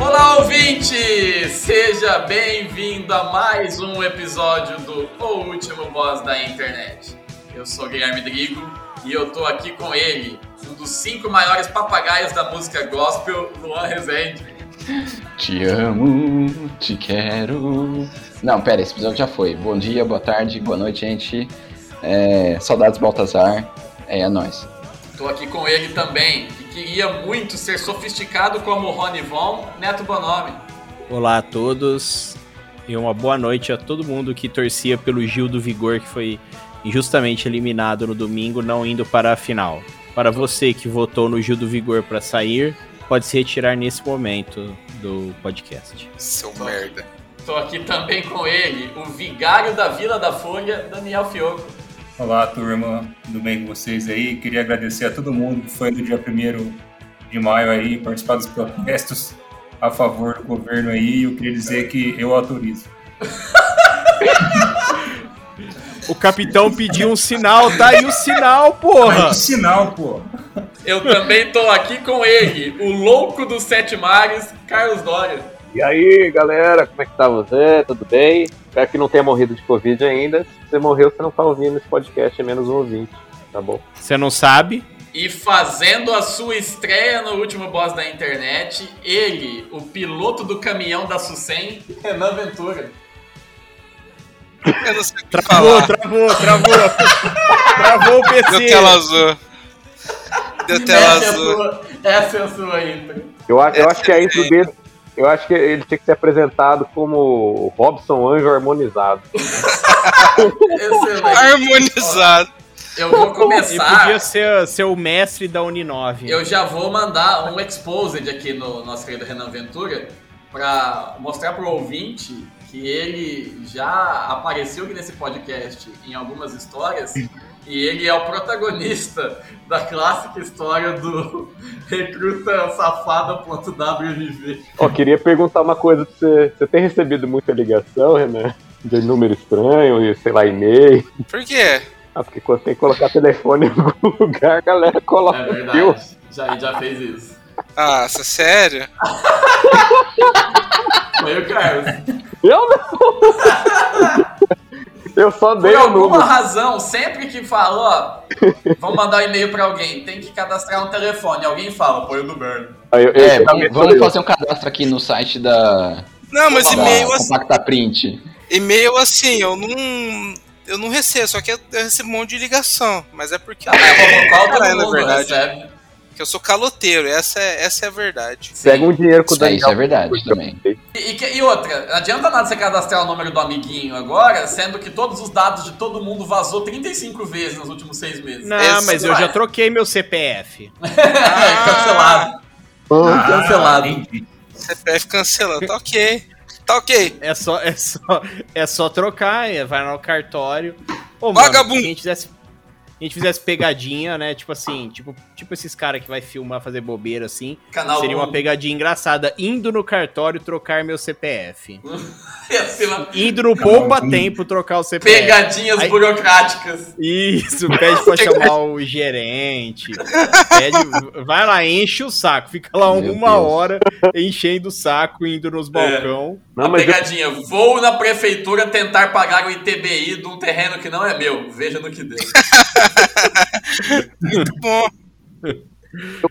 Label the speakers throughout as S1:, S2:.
S1: Olá, ouvinte! Seja bem-vindo a mais um episódio do O Último Boss da Internet. Eu sou Guilherme Drigo e eu tô aqui com ele, um dos cinco maiores papagaios da música gospel, Luan Rezende.
S2: Te amo, te quero. Não, pera, esse episódio já foi. Bom dia, boa tarde, boa noite, gente. É, saudades Baltazar. É, é nóis.
S1: Tô aqui com ele também, que queria muito ser sofisticado como o Rony Von, Neto Bonomi.
S3: Olá a todos e uma boa noite a todo mundo que torcia pelo Gil do Vigor que foi injustamente eliminado no domingo, não indo para a final. Para você que votou no Gil do Vigor para sair, pode se retirar nesse momento do podcast.
S4: Seu merda.
S1: Tô aqui também com ele, o vigário da Vila da Folha, Daniel Fioco.
S5: Olá, turma, tudo bem com vocês aí? Queria agradecer a todo mundo que foi no dia 1 de maio aí participar dos protestos a favor do governo aí. E eu queria dizer que eu autorizo.
S3: O capitão pediu um sinal, tá aí o sinal, porra!
S5: Que sinal, pô!
S1: Eu também tô aqui com ele, o louco dos sete mares, Carlos Dória.
S6: E aí, galera, como é que tá você? Tudo bem? Espero que não tenha morrido de Covid ainda. Se você morreu, você não tá ouvindo esse podcast, é menos um ouvinte, tá bom?
S3: Você não sabe?
S1: E fazendo a sua estreia no último boss da internet, ele, o piloto do caminhão da Sucem, Renan Ventura.
S4: Eu não sei o que
S3: Travou,
S4: falar.
S3: travou, travou! travou o
S4: Deu
S3: PC!
S4: tela azul. Deu tela
S1: Essa é, a
S4: azul.
S1: sua, essa é a sua intro.
S6: Eu, a- eu
S1: É,
S6: acho que a intro dele. Eu acho que ele tinha que ser apresentado como Robson Anjo Harmonizado.
S1: Excelente.
S4: Harmonizado.
S1: Eu vou
S3: E podia
S1: começar.
S3: ser, ser o mestre da Uninove.
S1: Eu já vou mandar um exposed aqui no nosso querido Renan Ventura para mostrar pro ouvinte que ele já apareceu aqui nesse podcast em algumas histórias e ele é o protagonista da clássica história do recruta safada.wv.
S6: Ó, queria perguntar uma coisa pra você. Você tem recebido muita ligação, Renan? De número estranho, e, sei lá, e-mail.
S4: Por quê?
S6: Ah, porque quando tem que colocar telefone em algum lugar, a galera coloca.
S1: É
S6: viu?
S1: verdade. Já, já fez isso.
S4: Nossa, Ah, é sério?
S1: Foi o Carlos.
S6: Eu não! eu só dei
S1: Por
S6: o
S1: alguma
S6: número.
S1: razão, sempre que fala, ó, vamos mandar um e-mail pra alguém, tem que cadastrar um telefone. Alguém fala, põe o do Berno.
S6: Aí eu-
S2: É,
S6: eu-
S2: vamos,
S6: eu-
S2: vamos fazer um cadastro aqui no site da,
S4: Não, mas
S2: da
S4: e-mail assim,
S2: Compacta Print.
S4: e-mail assim, eu não. Eu não recebo, só que eu eu recebo um monte de ligação. Mas é porque eu,
S1: Qual todo
S4: Caralho,
S1: mundo
S4: é verdade.
S1: recebe?
S4: que eu sou caloteiro, essa é, essa é a verdade.
S6: Pega um dinheiro com o
S2: É,
S6: Daniel.
S2: isso é verdade também.
S1: E, e que- e outra, não adianta nada você cadastrar o número do amiguinho agora, sendo que todos os dados de todo mundo vazou 35 vezes nos últimos seis meses.
S3: Não,
S4: Esse
S3: mas eu
S1: vai.
S3: já troquei meu CPF.
S1: É, cancelado.
S6: Ah,
S1: Cancelado.
S5: entendi.
S4: CPF cancelando, tá ok. Tá ok.
S3: É só, é só, é só trocar, é, vai no cartório. Ô,
S4: Vagabundo!
S3: se a gente fizesse, se a gente fizesse pegadinha, né? Tipo assim, tipo, tipo esses caras que vai filmar, fazer bobeira assim.
S1: Canal um.
S3: Seria uma
S1: do-
S3: pegadinha engraçada. Indo no cartório trocar meu CPF.
S1: Ia ser uma-
S3: Indo no
S5: Canal
S3: poupa
S5: do-
S3: tempo trocar o CPF.
S1: Pegadinhas
S3: É. Aí-
S1: burocráticas.
S3: Isso, pede pra chamar o gerente. Pede, vai lá, enche o saco. Fica lá
S2: Meu
S3: uma
S2: Deus.
S3: hora enchendo o saco, indo
S1: É.
S3: nos balcão.
S6: Não,
S1: a
S6: mas eu-
S1: pegadinha. Vou na prefeitura tentar pagar o ITBI de um terreno que não é meu. Veja no que deu.
S4: Bom,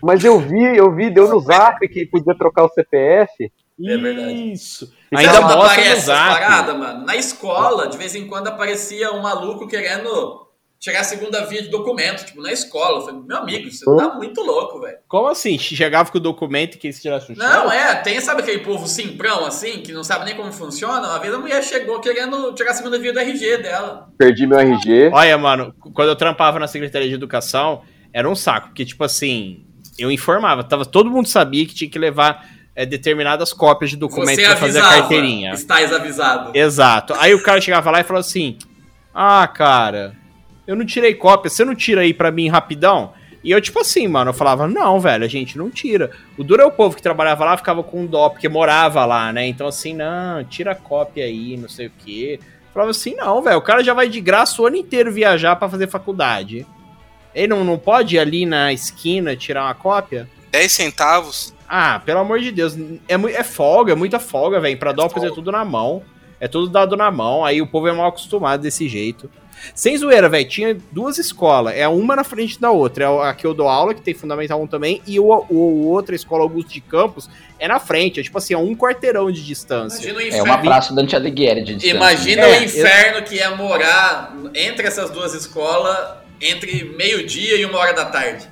S6: Mas eu vi, eu vi, deu no zap que podia trocar o CPF.
S1: É verdade.
S3: Isso.
S6: Então,
S3: Ainda
S1: Não
S3: mostra
S1: aparece
S3: no
S1: essas
S3: zap.
S1: paradas, mano. Na escola, de vez em quando aparecia um maluco querendo chegar a segunda via de documento, tipo, na escola. Eu falei, meu amigo, você tá muito louco, velho.
S3: Como assim? Chegava com o documento e quem se tirasse o
S1: Não, é, tem, sabe aquele povo simprão, assim, que não sabe nem como funciona? Uma vez a mulher chegou querendo tirar a segunda via do RG dela.
S6: Perdi meu RG.
S3: Olha, mano, quando eu trampava na Secretaria de Educação, era um saco, porque, tipo assim, eu informava, tava, todo mundo sabia que tinha que levar é, determinadas cópias de documento
S1: Você
S3: pra fazer a
S1: avisava.
S3: carteirinha. É
S1: Estás avisado.
S3: Exato. Aí o cara chegava lá e falava assim: Ah, cara, eu não tirei cópia, você não tira aí pra mim rapidão? E eu, tipo assim, mano, eu falava, não, velho, a gente não tira. O duro é o povo que trabalhava lá, ficava com dó, porque morava lá, né? Então, assim, não, tira a cópia aí, não sei o quê. Eu falava assim, não, velho, o cara já vai de graça o ano inteiro viajar pra fazer faculdade. Ele não, não pode ir ali na esquina tirar uma cópia?
S4: 10 centavos?
S3: Ah, pelo amor de Deus. É, mui- é folga, é muita folga, velho. Pra Dópolis é tudo na mão. É tudo dado na mão. Aí o povo é mal acostumado desse jeito. Sem zoeira, velho. Tinha duas escolas. É uma na frente da outra. É a que eu dou aula, que tem Fundamental 1 também. E o, o outra escola Augusto de Campos é na frente. É tipo assim, é um quarteirão de distância.
S1: Imagina o
S2: É
S1: inferno.
S2: uma praça Dante Alighieri de né? distância.
S1: Imagina
S3: É,
S1: o inferno que é morar entre essas duas escolas entre meio-dia e uma hora da tarde.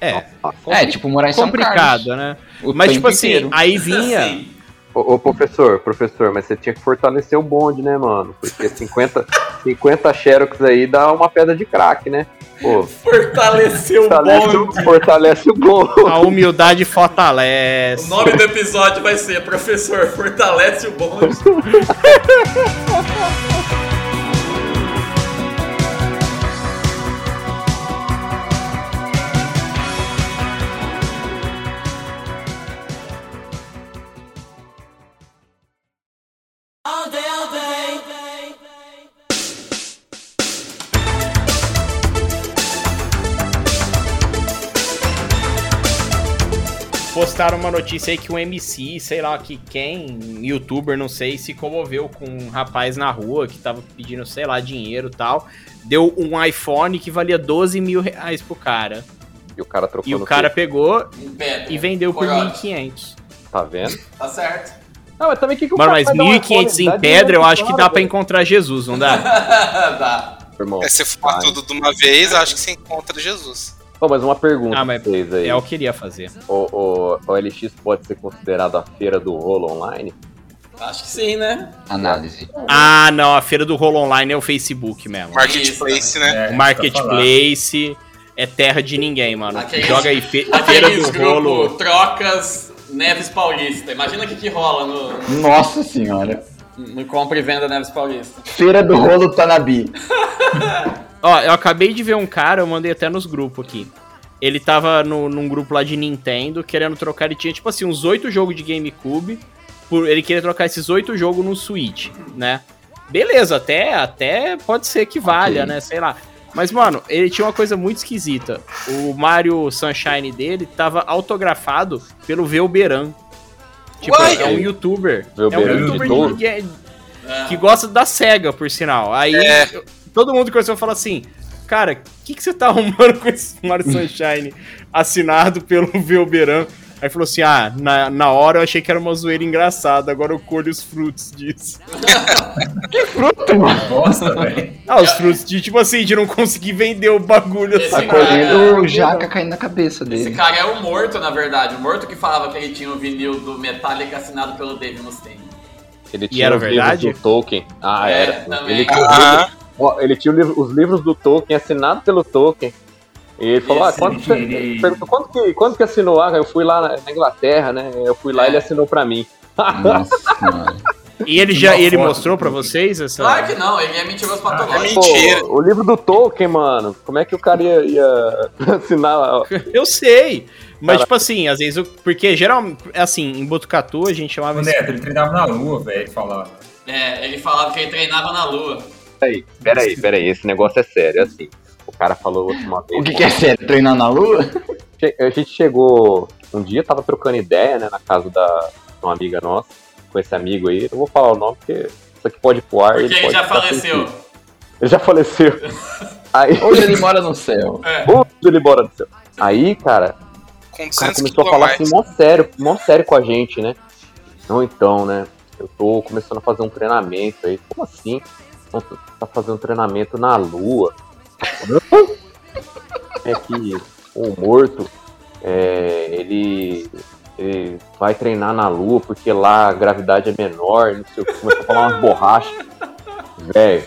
S3: É,
S2: É, tipo morar em São Carlos.
S3: complicado, né?
S2: o
S3: Mas,
S2: tempo
S3: tipo assim,
S2: inteiro.
S3: aí vinha.
S1: Assim,
S6: Ô, ô, professor, professor, mas você tinha que fortalecer o bonde, né, mano? Porque 50, 50 Xerox aí dá uma pedra de crack, né? Pô,
S1: fortaleceu o
S6: fortalece,
S1: bom.
S6: o, fortalece o bonde.
S3: A humildade
S1: O
S3: fortalece.
S1: nome do episódio vai ser Professor Fortalece o Bonde.
S3: postaram uma notícia aí que um MC, sei lá que quem, um youtuber, não sei, se comoveu com um rapaz na rua que tava pedindo, sei lá, dinheiro e tal. Deu um iPhone que valia 12 mil reais pro cara.
S6: E o cara trocou
S3: E o
S6: no
S3: cara pegou
S1: Em pedra.
S3: e vendeu por
S1: Corote.
S3: 1.500.
S6: peito, Tá vendo?
S1: Tá certo.
S6: Não, mas também o que, que
S3: Mano, mas 1.500 em pedra, eu acho que dá pra encontrar Jesus, não dá?
S1: Dá.
S6: Irmão.
S4: É, se for
S6: Ai.
S4: tudo de uma vez, acho que você encontra Jesus.
S6: Ô, mas uma pergunta
S3: Ah, mas
S6: pra vocês aí.
S3: É o que eu queria fazer.
S6: o, o, o LX pode ser considerado a feira do rolo online?
S1: Acho que sim, né?
S2: Análise.
S3: Ah, não, a feira do rolo online é o Facebook mesmo.
S4: Marketplace, né?
S5: É,
S3: Marketplace é terra de ninguém, mano.
S1: Aqueles-
S3: Joga aí, fe- feira
S1: Aqueles
S3: do
S1: Tá grupo
S3: rolo.
S1: Trocas Neves Paulista. Imagina o que, que rola no,
S2: Nossa senhora.
S1: no Compra e Venda Neves Paulista.
S2: Feira do rolo Tanabi.
S3: Ó, eu acabei de ver um cara, eu mandei até nos grupos aqui. Ele tava no, num grupo lá de Nintendo, querendo trocar, ele tinha, tipo assim, uns oito jogos de GameCube. Por, ele queria trocar esses oito jogos no Switch, né? Beleza, até, até pode ser que valha, né? Sei lá. Mas, mano, ele tinha uma coisa muito esquisita. O Mario Sunshine dele tava autografado pelo Velberan. Tipo,
S4: Uai!
S3: é um youtuber. É
S6: Velberan
S3: um
S5: de
S3: youtuber
S6: touro?
S3: de, ga-
S1: Ah,
S3: que gosta da SEGA, por sinal. Aí
S4: É.
S3: eu- todo mundo começou a falar assim: Cara, o que, que você tá arrumando com esse Mario Sunshine assinado pelo Velberan? Aí falou assim: Ah, na, na hora eu achei que era uma zoeira engraçada, agora eu colho os frutos disso.
S5: Gosta, velho.
S3: Ah, os frutos de tipo assim, de não conseguir vender o bagulho. assim.
S1: Esse
S2: Tá
S3: sabe?
S1: cara-
S2: colhendo o jaca caindo na cabeça
S1: Esse
S2: dele.
S1: cara é o morto, na verdade. O morto que falava que ele tinha o vinil do Metallica assinado pelo Dave Mustaine.
S6: Ele
S3: E era
S6: os livros
S3: verdade?
S6: do Tolkien. Ah,
S1: É,
S6: era.
S1: também.
S6: Ele tinha, os livros-
S4: Ah,
S6: ó, ele tinha o livro- os livros do Tolkien assinados pelo Tolkien. E ele falou, ah,
S1: Esse
S6: quanto, que-
S5: ele-
S6: perguntou, quanto, que, quanto que assinou? Ah, eu fui lá na, na Inglaterra, né? Eu fui lá e ele assinou pra mim.
S2: Nossa senhora.
S3: E ele já
S5: Uma
S3: ele
S5: foto.
S3: mostrou pra vocês essa.
S1: Claro que não, ele é mentiroso patológico.
S4: Ah, Mentira.
S6: o livro do Tolkien, mano. Como é que o cara ia, ia assinar? ó?
S3: Eu sei. Mas,
S6: Cara-
S3: tipo assim, às vezes. eu- porque geralmente, assim, em Botucatu a gente chamava. assim,
S5: O
S2: Né?
S5: Neto, ele treinava na lua, velho, ele falava.
S1: É, ele falava que ele treinava na lua.
S6: Peraí, peraí, peraí. Esse negócio é sério, é assim. O cara falou uma vez.
S2: O que, que é sério? Treinar na lua?
S6: Che- A gente chegou. Um dia tava trocando ideia, né, na casa da de uma amiga nossa, com esse amigo aí. Eu vou falar o nome porque isso aqui pode voar.
S1: Porque ele
S6: pode
S1: já
S6: ficar
S1: faleceu.
S6: sentido. Ele já faleceu. Aí,
S2: Hoje ele mora no céu.
S1: É.
S6: hoje ele mora do céu. Aí, cara,
S4: com
S6: o cara
S4: 200
S6: começou
S4: quilos
S6: a
S4: a
S6: falar
S4: mais.
S6: assim, mó sério, mó sério com a gente, né? Não, então, né? Eu tô começando a fazer um treinamento aí. Como assim? Nossa, Você tá fazendo treinamento na lua? É que um morto, é, ele, ele vai treinar na lua porque lá a gravidade é menor, não sei o que, começou a falar umas borrachas. Velho,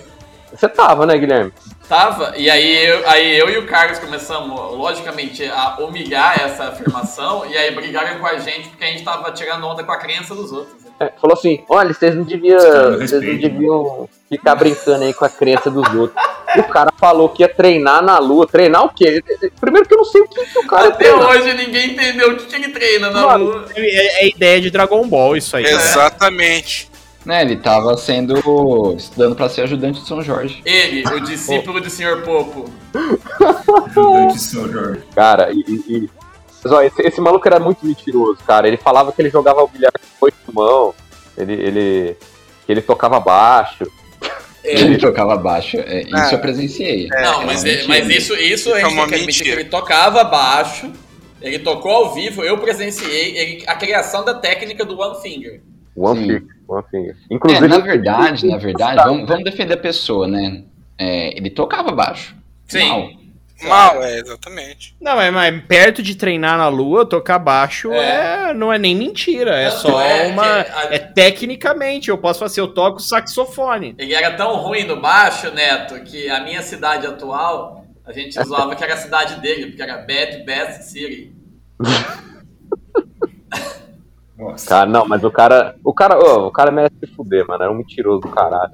S6: você tava, né, Guilherme?
S1: Tava, e aí eu, aí eu e o Carlos começamos, logicamente, a humilhar essa afirmação, e aí brigaram com a gente porque a gente tava tirando onda com a crença dos outros.
S6: É, falou assim: olha, vocês não deviam,
S5: Sim,
S6: vocês não
S5: respeito.
S6: deviam ficar brincando aí com a crença dos outros. E o cara falou que ia treinar na lua. Treinar o quê? Primeiro que eu não sei o que, que o cara
S1: Até
S6: treina.
S1: hoje ninguém entendeu o que, que ele treina na
S6: Mano,
S1: lua.
S3: É, é ideia de Dragon Ball isso aí. né?
S4: Exatamente.
S2: Né, ele tava sendo. estudando pra ser ajudante de São Jorge.
S1: Ele, o discípulo do Sr. Popo.
S5: Ajudante de São Jorge.
S6: Cara, e. e- e- Mas, ó, esse, esse maluco era muito mentiroso, cara. Ele falava que ele jogava o bilhar com oito mãos. Ele, ele, que ele tocava baixo.
S3: É.
S2: Ele tocava baixo. é, isso
S4: Ah,
S2: eu presenciei.
S1: Não, mas,
S2: mentira.
S1: mas isso, isso a
S4: É
S1: gente
S4: uma
S1: tem que admitir que
S4: mentira.
S1: ele tocava baixo, ele tocou ao vivo, eu presenciei ele- a criação da técnica do One Finger.
S6: One
S2: Sim.
S6: finger, one finger.
S2: É,
S6: Inclusive,
S2: na verdade, na verdade, vamos, vamos defender a pessoa, né? É, ele tocava baixo.
S1: Sim.
S2: Mal.
S4: Mal, é, exatamente.
S3: Não, mas, mas perto de treinar na lua, tocar baixo é. não é nem mentira, é
S1: Tanto
S3: só
S1: é que
S3: uma.
S1: a-
S3: É tecnicamente, eu posso falar assim, eu toco saxofone.
S1: Ele era tão ruim no baixo, Neto, que a minha cidade atual, a gente zoava que era a cidade dele, porque era Bad Best City.
S5: Nossa.
S6: Cara, não, mas o cara. O cara, ô, o cara merece se fuder, mano. Era um mentiroso do caralho.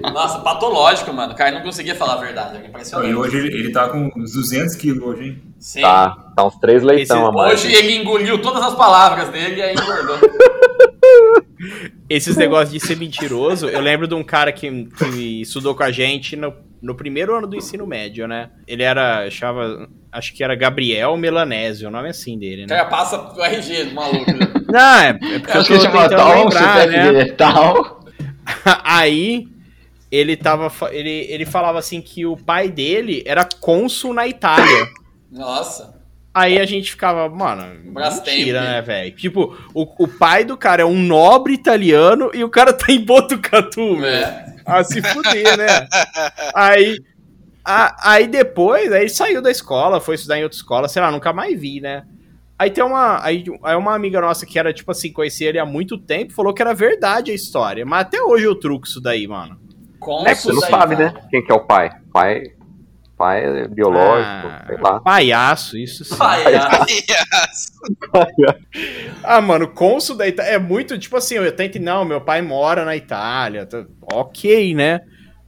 S1: Nossa, nossa, patológico, mano. O cara não conseguia falar a verdade, era
S5: Não, E
S1: impressionante.
S5: hoje ele, ele tá com uns 200 quilos hoje, hein?
S1: Sim.
S6: Tá, tá uns três leitão
S3: Esse-
S6: a mais.
S1: Hoje ele engoliu todas as palavras dele e aí engordou.
S3: Esses negócios de ser mentiroso, eu lembro de um cara que, que estudou com a gente no, no primeiro ano do ensino médio, né? Ele era, achava, acho que era Gabriel Melanésio, o nome é assim dele,
S1: O
S3: né?
S1: cara passa pro RG, do maluco.
S3: Não, é, é porque
S2: Eu
S3: eu
S2: acho que ele
S3: tô
S2: chamava
S3: tentando
S2: tal,
S3: lembrar,
S2: CPF
S3: né?
S2: dele é tal.
S3: Aí ele tava. fa- Ele, ele falava assim que o pai dele era cônsul na Itália.
S1: Nossa.
S3: Aí a gente ficava, mano,
S1: Brastemp.
S3: mentira, né, velho? Tipo, o, o pai do cara é um nobre italiano e o cara tá em Botucatu, velho.
S1: É.
S3: A se fuder, né? Aí, a- aí depois, aí ele saiu da escola, foi estudar em outra escola, sei lá, nunca mais vi, né? Aí tem uma, aí, aí uma amiga nossa que era, tipo assim, conhecia ele há muito tempo, falou que era verdade a história. Mas até hoje eu truco isso daí, mano.
S1: Cônsul
S6: É que você não
S1: da
S6: sabe,
S1: Itália.
S6: né? Quem que é o pai? Pai. Pai é biológico,
S3: Ah,
S6: sei lá.
S3: Palhaço, isso sim.
S1: Pai, ah,
S3: Ah, mano, cônsul da Itália é muito, tipo assim, eu tento, não, meu pai mora na Itália, tá- ok, né?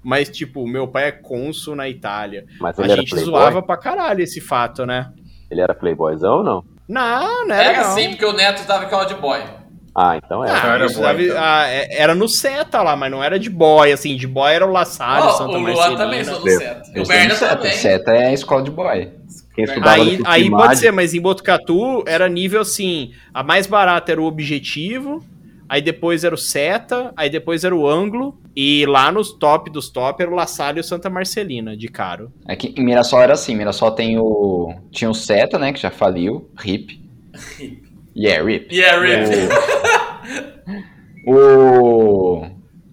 S3: Mas, tipo, meu pai é cônsul na Itália.
S6: Mas
S3: A
S6: ele era
S3: gente
S6: playboy.
S3: zoava pra caralho esse fato, né?
S6: Ele era playboyzão ou não?
S3: Não, não era,
S1: Era
S3: não.
S1: assim porque o Neto tava com aula de boy.
S6: Ah, então era.
S3: Ah,
S5: Cara,
S3: eu
S5: boy,
S3: zoava-
S5: então.
S3: ah, é- era no seta lá, mas não era de boy, assim, de boy era o Laçalho,
S1: Ó,
S3: Santa
S1: o Luan também
S3: Marcelina.
S1: sou do Seta. E o Berna
S2: seta.
S1: também.
S2: seta é a escola de boy.
S6: Quem
S1: Aí-
S6: estudava
S3: Aí,
S6: no
S3: aí
S6: primário-
S3: pode ser, mas em Botucatu era nível assim, a mais barata era o objetivo, aí depois era o seta, aí depois era o ângulo, e lá nos top dos top era o La Salle e o Santa Marcelina, de caro.
S2: É que em Mirassol era assim, Mirassol tem o. Tinha o Seta, né? Que já faliu, RIP. Yeah, RIP.
S1: Yeah, Rip.
S2: O. o-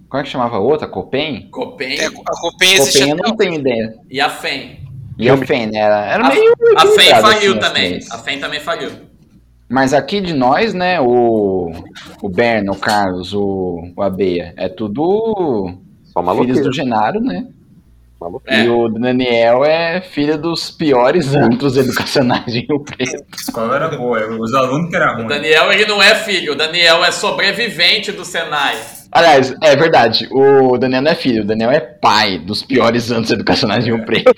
S2: Como é que chamava a outra? Copen?
S1: Copen
S4: É, a Copen existe
S2: Copen eu
S4: até
S2: não tenho ideia.
S1: e a FEM.
S2: E a FEN, né, era, era
S1: A-
S2: meio.
S1: A FEM
S2: equilibrado,
S1: faliu
S2: assim, as
S1: também.
S2: três.
S1: A FEM também faliu.
S2: Mas aqui de nós, né? O. O Berno, o Carlos, o, o Abeia. É tudo.
S6: Só
S2: Filhos
S6: maluqueiro.
S2: do Genaro, né?
S6: maluqueiro.
S1: É.
S2: E o Daniel é filho dos piores antros educacionais de Rio Preto.
S5: A escola era boa, era os alunos que eram
S1: O
S5: ruins.
S1: Daniel, ele não é filho. O Daniel é sobrevivente do Senai.
S2: Aliás, é verdade, o Daniel não é filho, o Daniel é pai dos piores antros educacionais de Rio Preto.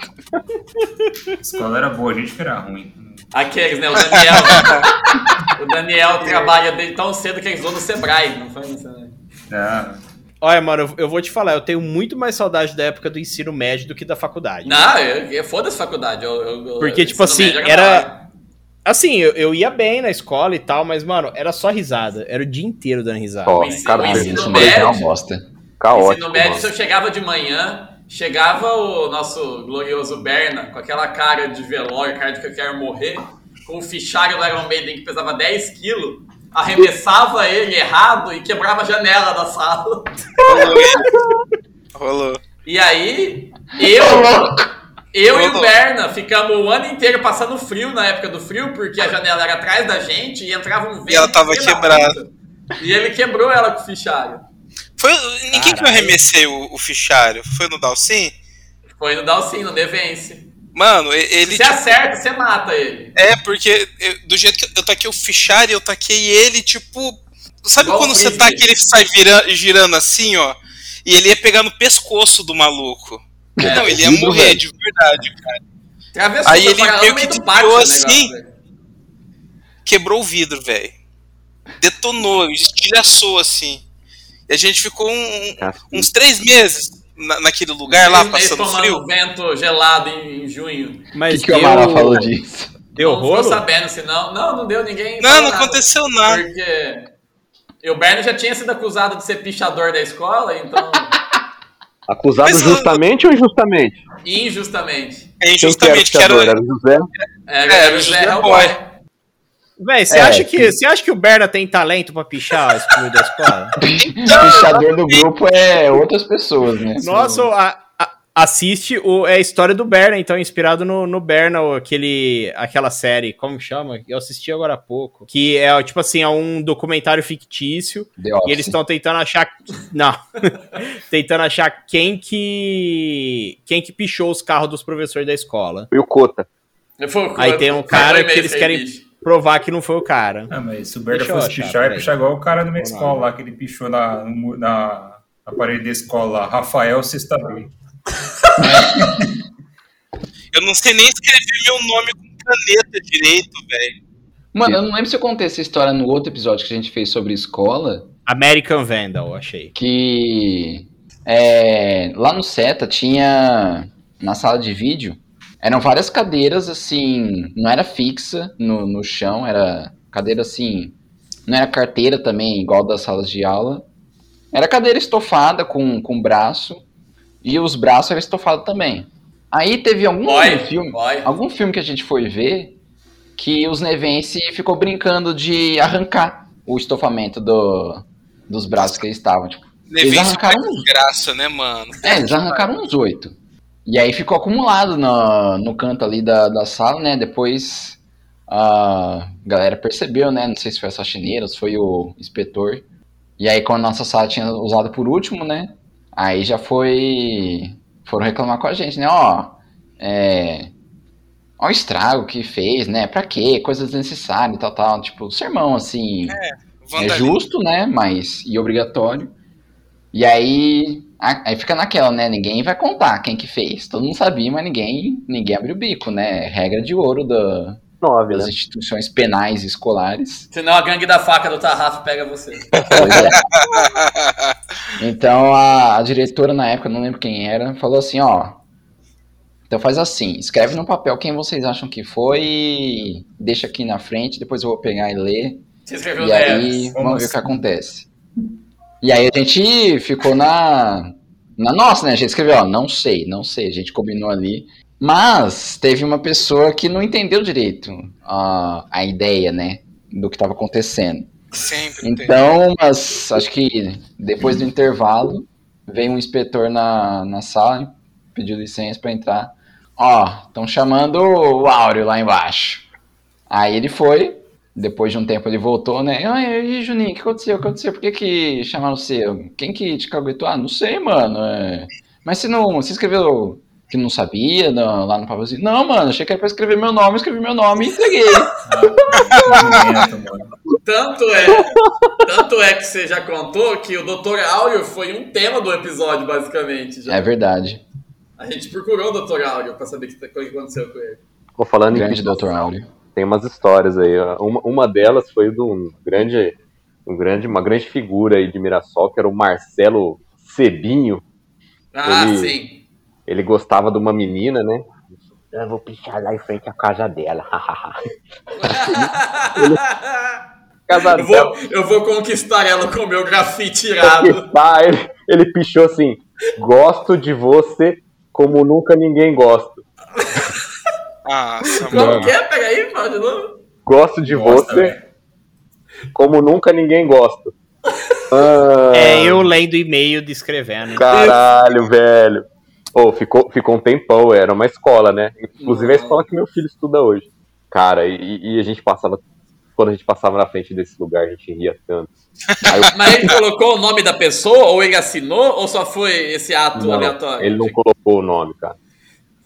S5: A escola era boa, a gente que era ruim.
S1: Aqueles, né? O Daniel. o Daniel trabalha desde tão cedo que eles vão no Sebrae. Não foi no Senai.
S5: Ah,
S3: Olha, mano, eu, eu vou te falar, eu tenho muito mais saudade da época do ensino médio do que da faculdade.
S1: Não, eu, eu, foda-se faculdade. eu- eu- eu-
S3: Porque, tipo
S1: ensino
S3: assim,
S1: médio
S3: era-
S1: da hora.
S3: Assim, eu, eu ia bem na escola e tal, mas, mano, era só risada, era o dia inteiro dando risada.
S6: Ó,
S1: o ensino-
S6: cara,
S1: o
S2: Mas
S1: ensino
S2: isso
S1: médio-
S2: mesmo é uma bosta.
S6: caótico.
S4: Tá
S1: Ensino
S2: é
S1: médio,
S6: mano.
S1: se eu chegava de manhã, chegava o nosso glorioso Berna, com aquela cara de velório, cara de que eu quero morrer, com o fichário do Iron Maiden que pesava 10 quilos, arremessava ele errado e quebrava a janela da sala.
S4: rolou. rolou.
S1: E aí, eu, Eu e o Lerna ficamos o ano inteiro passando frio na época do frio, porque a janela era atrás da gente e entrava um vento.
S4: ela tava
S1: pela
S4: quebrada.
S1: porta. E ele quebrou ela com o fichário.
S4: Foi, ninguém que eu arremessei o, o fichário. Foi no Dalsim?
S1: Foi no Dalcin, no Devence.
S4: Mano, e- ele.
S1: Se acerta, você mata ele.
S4: É, porque eu- do jeito que eu taquei o fichário, eu taquei ele, tipo. Sabe
S1: Igual
S4: quando
S1: o
S4: você
S1: Frisbee.
S4: tá que ele sai vira- girando assim, ó? E ele ia pegar no pescoço do maluco.
S1: É,
S4: Não, ele ia
S2: horrível,
S4: morrer,
S2: velho.
S4: de verdade.
S1: Travessou
S4: Aí
S1: foi
S4: ele
S1: parar lá no
S4: meio
S1: meio
S4: que
S1: do pátio, tá o
S4: desviou
S1: negócio,
S4: assim.
S1: velho.
S4: Quebrou o vidro, velho. Detonou, estilhaçou assim. E a gente ficou um- uns três meses na- naquele lugar né? lá,
S1: Eles- um eles
S4: passando
S1: tomando
S4: frio.
S1: vento gelado em, em junho.
S3: Mas
S2: que, que o
S3: deu-
S2: Amaral falou disso?
S3: Deu
S1: não
S3: rolo?
S1: ficou sabendo, senão. Não, não deu ninguém.
S4: Não,
S1: falou
S4: não
S1: nada.
S4: aconteceu nada. É
S1: Porque e o Berno já tinha sido acusado de ser pichador da escola, então,
S6: Acusado
S4: Mas,
S6: justamente ou injustamente?
S1: injustamente.
S4: É
S6: Quem que era o
S4: injustamente que
S6: fiador? Era
S4: era.
S6: o José?
S1: É,
S4: É,
S1: o José
S4: o José
S1: Hellboy.
S3: Véi, você
S2: É,
S3: acha que
S2: sim.
S3: você acha que o Berna tem talento pra pichar as comidas da escola?
S2: o pichador do grupo é outras pessoas, né?
S3: Nossa, a- a- assiste o, é a história do Berna, então, inspirado no, no Berna, o- aquele, aquela série, como chama? Eu assisti agora há pouco. Que é, tipo assim, é um documentário fictício
S2: The Office.
S3: e eles estão tentando achar. Não. tentando achar quem que. Quem que pichou os carros dos professores da escola.
S6: E o Cota.
S1: Foi-
S3: Aí
S1: foi-
S3: tem um
S1: foi
S3: cara
S1: e-mail
S3: que eles
S1: aí,
S3: querem-
S1: bicho.
S3: Provar que não foi o cara.
S5: Ah, mas se o Berta
S3: Deixa eu
S5: fosse
S3: achar,
S5: pichar, ia
S3: peraí.
S5: pichar igual o cara da minha
S3: Vamos lá.
S5: escola lá, que ele pichou na, no mu- na, na parede da escola lá, Rafael Sexta B.
S4: Eu não sei nem escrever meu nome com caneta direito, velho.
S2: Mano, eu não lembro se eu contei essa história no outro episódio que a gente fez sobre escola,
S3: American Vandal, achei.
S2: que é, lá no SETA tinha, na sala de vídeo, eram várias cadeiras assim, não era fixa no, no chão, era cadeira assim, não era carteira também, igual das salas de aula. Era cadeira estofada com, com braço, e os braços eram estofados também. Aí teve
S3: Hum,
S2: algum
S1: Boy,
S2: filme
S1: boy.
S2: algum filme que a gente foi ver que os Nevense ficou brincando de arrancar o estofamento do, dos braços que eles estavam. Tipo, eles
S4: Levi
S2: arrancaram
S6: um.
S4: com
S2: uns.
S4: graça, né, mano?
S2: É, eles arrancaram uns oito. E aí ficou acumulado no, no canto ali da, da sala, né? Depois a galera percebeu, né? Não sei se foi a faxineira, se foi o inspetor. E aí quando a nossa sala tinha usado por último, né? Aí já foi. Foram reclamar com a gente, né? Ó. É. Ó o estrago que fez, né? Pra quê? Coisas desnecessárias e tal, tal. Tipo, sermão, assim. É
S4: Vandalismo.
S2: justo, né? Mas. E obrigatório. E aí. a- Aí fica naquela, né? Ninguém vai contar quem que fez. Todo mundo sabia, mas ninguém, ninguém abriu o bico, né? Regra de ouro da-
S6: Nove,
S2: das
S6: né?
S2: instituições penais escolares.
S1: Senão a gangue da faca do Tarrafo pega você.
S2: Pois é. Então a, a diretora na época, não lembro quem era, falou assim, ó. Então faz assim, escreve no papel quem vocês acham que foi e deixa aqui na frente, depois eu vou pegar e ler.
S1: Você escreveu
S2: e aí
S1: Neves.
S2: vamos ver o que
S5: assim?
S2: acontece. E aí a gente ficou na. Na nossa, né? A gente escreveu, ó, não sei, não sei. A gente combinou ali. Mas teve uma pessoa que não entendeu direito a, a ideia, né? Do que estava acontecendo.
S4: Sempre tem.
S2: Então, mas acho que depois do intervalo, veio um inspetor na, na sala, pediu licença pra entrar. Ó, estão chamando o Áureo lá embaixo. Aí ele foi, depois de um tempo ele voltou, né? Ai, e aí, Juninho, o que aconteceu? O que aconteceu? Por que, que chamaram você? Quem que te caguetou? Ah, não sei, mano. é. Mas você não. Você escreveu que não sabia não, lá no papelzinho? Não, mano, achei que era pra escrever meu nome, escrevi meu nome e entreguei.
S5: Ah, que momento, mano.
S1: Tanto é, tanto é que você já contou que o Dr. Áureo foi um tema do episódio, basicamente. já.
S2: É verdade.
S1: A gente procurou o Dr. Áureo pra saber o que, o que aconteceu com ele.
S6: Tô falando em
S2: Grande
S6: pichação.
S2: doutor Áureo.
S6: Tem umas histórias aí. ó. Uma, uma delas foi de um grande, um grande, uma grande figura aí de Mirassol, que era o Marcelo Cebinho.
S1: Ah,
S6: Ele-
S1: sim.
S6: Ele gostava de uma menina, né? Eu vou pichar lá em frente à casa dela. casa
S1: Eu vou, eu vou conquistar ela com o meu grafite irado.
S6: Pá, ele, ele pichou assim: Gosto de você como nunca ninguém gosta.
S4: Ah,
S1: Como
S6: Então,
S4: Samuel.
S1: que é? Pega aí, fala de novo.
S6: Gosto de
S5: Gosta,
S6: você
S5: velho.
S6: como nunca ninguém gosta. Ah,
S3: É eu lendo e-mail descrevendo.
S6: Caralho, velho. Ou ficou, ficou um tempão, era uma escola, né? Inclusive a escola que meu filho estuda hoje. Cara, e, e a gente passava. Quando a gente passava na frente desse lugar, a gente ria tanto. Aí eu-
S1: Mas ele colocou o nome da pessoa, ou ele assinou, ou só foi esse ato
S6: não,
S1: aleatório? né? Ah,
S6: ele não colocou o nome, cara.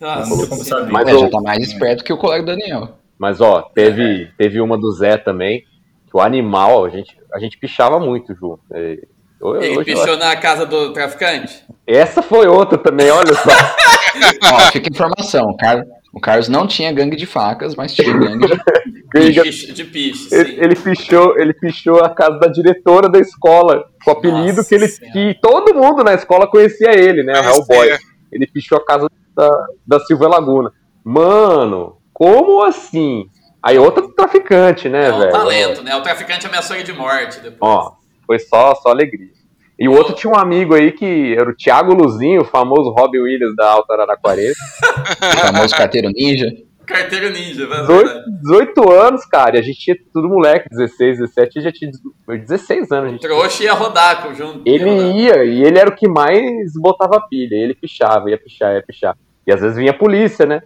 S6: Ah,
S1: Nossa,
S5: Não sei como
S1: senhora.
S5: saber.
S6: Mas
S2: É,
S6: eu-
S2: já tá mais esperto que o colega Daniel.
S6: Mas, ó, teve,
S1: É.
S6: teve uma do Zé também, que o animal, a gente, a gente pichava muito junto. É, eu- eu-
S1: ele
S6: hoje eu-
S1: pichou na casa do traficante?
S6: Essa foi outra também, olha só.
S2: Ó, fica a informação. O Car- o Carlos não tinha gangue de facas, mas tinha gangue de...
S1: De
S6: Ele,
S1: piche, de piche, sim.
S6: ele, ele pichou, ele pichou a casa da diretora da escola, com o apelido
S1: Nossa
S6: que ele
S1: Senhora.
S6: que todo mundo na escola conhecia ele, né? O Hellboy. Ele pichou a casa da, da Silvia Laguna. Mano, como assim? Aí outro traficante, né,
S1: É um
S6: velho?
S1: talento, né? O traficante ameaçou ele de morte depois.
S6: Ó, foi só, só alegria. E o outro tinha um amigo aí que era o Thiago Luzinho, o famoso Robin Williams da Alta Araraquarense.
S2: o famoso carteiro ninja.
S1: Carteiro ninja, mas
S6: 18, 18 anos, cara, e a gente tinha tudo moleque, 16, 17, e já tinha 16 anos. a gente tinha.
S1: Trouxa ia rodar com- junto. ia rodar.
S6: Ele ia, e ele era o que mais botava pilha, ele pichava, ia pichar, ia pichar. E às vezes vinha a polícia, né?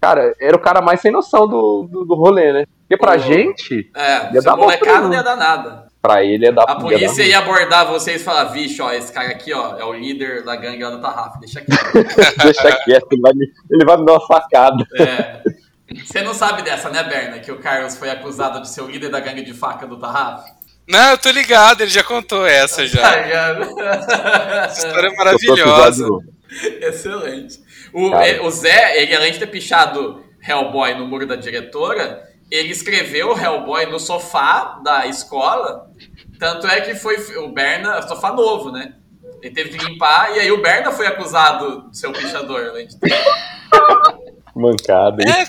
S6: Cara, era o cara mais sem noção do, do, do rolê, né? Porque pra
S1: Ô.
S6: gente,
S1: É,
S6: Ia
S1: se
S6: dar
S1: o
S6: bom pra
S1: molecada
S6: ele.
S1: não ia dar nada.
S6: pra ele é da
S1: A polícia ia abordar vocês e falar, vixe, ó, esse cara aqui, ó, é o líder da gangue lá do Tarraf, deixa aqui.
S6: Deixa quieto, ele vai, me- ele vai me dar uma facada.
S1: É. Você não sabe dessa, né, Berna? Que o Carlos foi acusado de ser o líder da gangue de faca do Tarraf?
S4: Não, eu tô ligado, ele já contou essa já.
S1: Tá ligado?
S4: Essa história é
S6: Eu tô
S4: maravilhosa.
S6: acusado-
S1: Excelente. O,
S6: Cara.
S1: eh, o Zé, ele além de ter pichado Hellboy no muro da diretora, ele escreveu Hellboy no sofá da escola. Tanto é que foi f- o Berna, sofá novo, né? Ele teve que limpar, e aí o Berna foi acusado de ser o pichador, além de ter.
S6: Mancada. hein?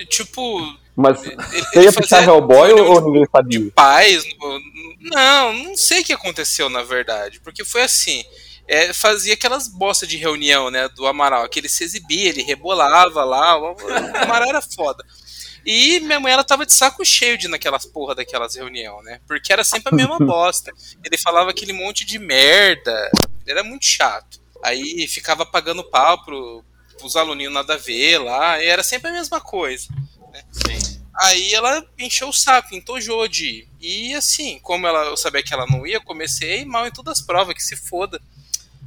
S4: É, tipo,
S6: Mas
S4: ele-
S6: você ia
S4: ele
S6: pichar
S4: fazia-
S6: Hellboy
S4: ele
S6: ou, ou ninguém sabia?
S4: pais. no- Não, não sei o que aconteceu, na verdade. Porque foi assim. é, fazia aquelas bostas de reunião, né, do Amaral, que ele se exibia, ele rebolava lá, o o Amaral era foda. E minha mãe, ela tava de saco cheio de ir naquelas porra daquelas reunião, né, porque era sempre a mesma bosta. Ele falava aquele monte de merda, era muito chato. Aí ficava pagando pau pro, pros aluninhos nada a ver lá, e era sempre a mesma coisa. né?
S1: Sim.
S4: Aí ela encheu o saco, entojou de ir. E assim, como ela, eu sabia que ela não ia, eu comecei a ir mal em todas as provas, que se foda.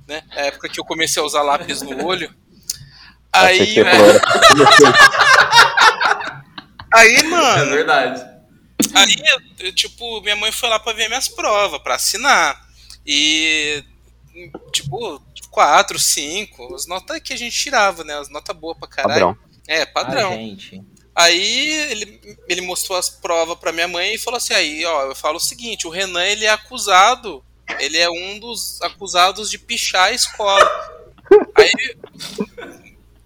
S4: Né? É a época que eu comecei a usar lápis no olho.
S6: Achei que
S4: Aí,
S6: você falou,
S4: né?
S6: era pra
S4: aí,
S1: É
S4: mano,
S1: verdade.
S4: aí, eu, tipo, minha mãe foi lá pra ver minhas provas, pra assinar. E, tipo, quatro, cinco, as notas que a gente tirava, né? As notas boas pra
S6: Padrão.
S4: caralho. É, padrão.
S3: Ah, gente.
S4: Aí ele, ele mostrou as provas pra minha mãe e falou assim: aí, ó, eu falo o seguinte, o Renan ele é acusado, ele é um dos acusados de pichar a escola. Aí,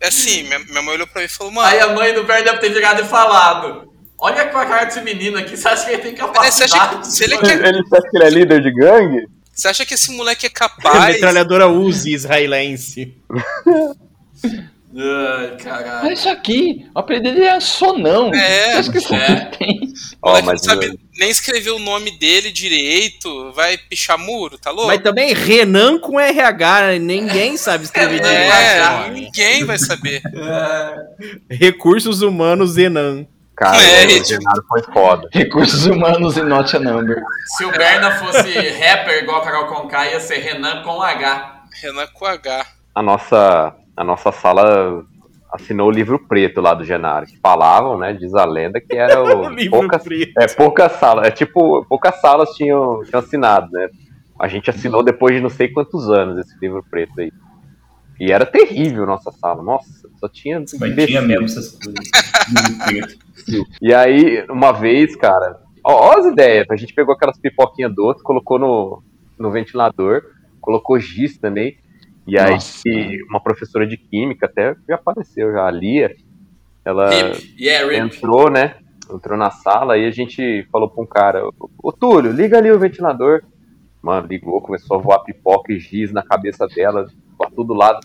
S4: assim, minha, minha mãe olhou pra mim e falou: mano,
S1: Aí a mãe do Berna deve ter virado e falado. Olha com a cara desse menino aqui, você acha que ele tem
S4: mas você, acha
S1: capacidade?
S4: que, se ele é que-
S6: Ele acha que ele é líder de gangue?
S4: você acha que esse moleque é
S3: A
S4: capaz?
S3: metralhadora Uzi israelense.
S1: Ai, caralho.
S2: Olha isso aqui, o apelido dele é Sonão.
S4: É.
S2: Vocês que
S1: É.
S2: tem.
S6: Ó,
S4: O moleque
S6: mas
S4: não sabe nem escrever o nome dele direito, vai pichar muro, tá louco?
S3: Mas também Renan com RH, ninguém sabe escrever
S1: Renan.
S3: direito.
S4: é,
S1: mano.
S4: ninguém vai saber.
S3: Recursos Humanos Renan.
S6: cara,
S4: É,
S6: o
S4: gente.
S6: Renato foi foda.
S2: Recursos humanos e not a number.
S1: Se o Berna fosse rapper igual a Carol Conká, ia ser Renan com H.
S4: Renan com H.
S6: A nossa, a nossa sala assinou o livro preto lá do Genaro, que falavam, né, diz a lenda, que era
S3: O
S6: o...
S3: livro
S6: poucas,
S3: preto.
S6: é, poucas salas, é tipo, poucas salas tinham, tinham assinado, né? A gente assinou depois de não sei quantos anos esse livro preto aí. E era terrível a nossa sala, nossa, só tinha...
S5: Mas tinha mesmo essas coisas. Livro preto.
S6: E aí, uma vez, cara, ó, ó as ideias. A gente pegou aquelas pipoquinhas doces, colocou no, no ventilador, colocou giz também. E aí,
S2: Nossa.
S6: uma professora de química até já apareceu, já, a Lia, ela
S1: Rip. Yeah, Rip.
S6: entrou, né? Entrou na sala e a gente falou pra um cara: Ô, ô Túlio, liga ali o ventilador. Mano, ligou, começou a voar pipoca e giz na cabeça dela, pra todo lado.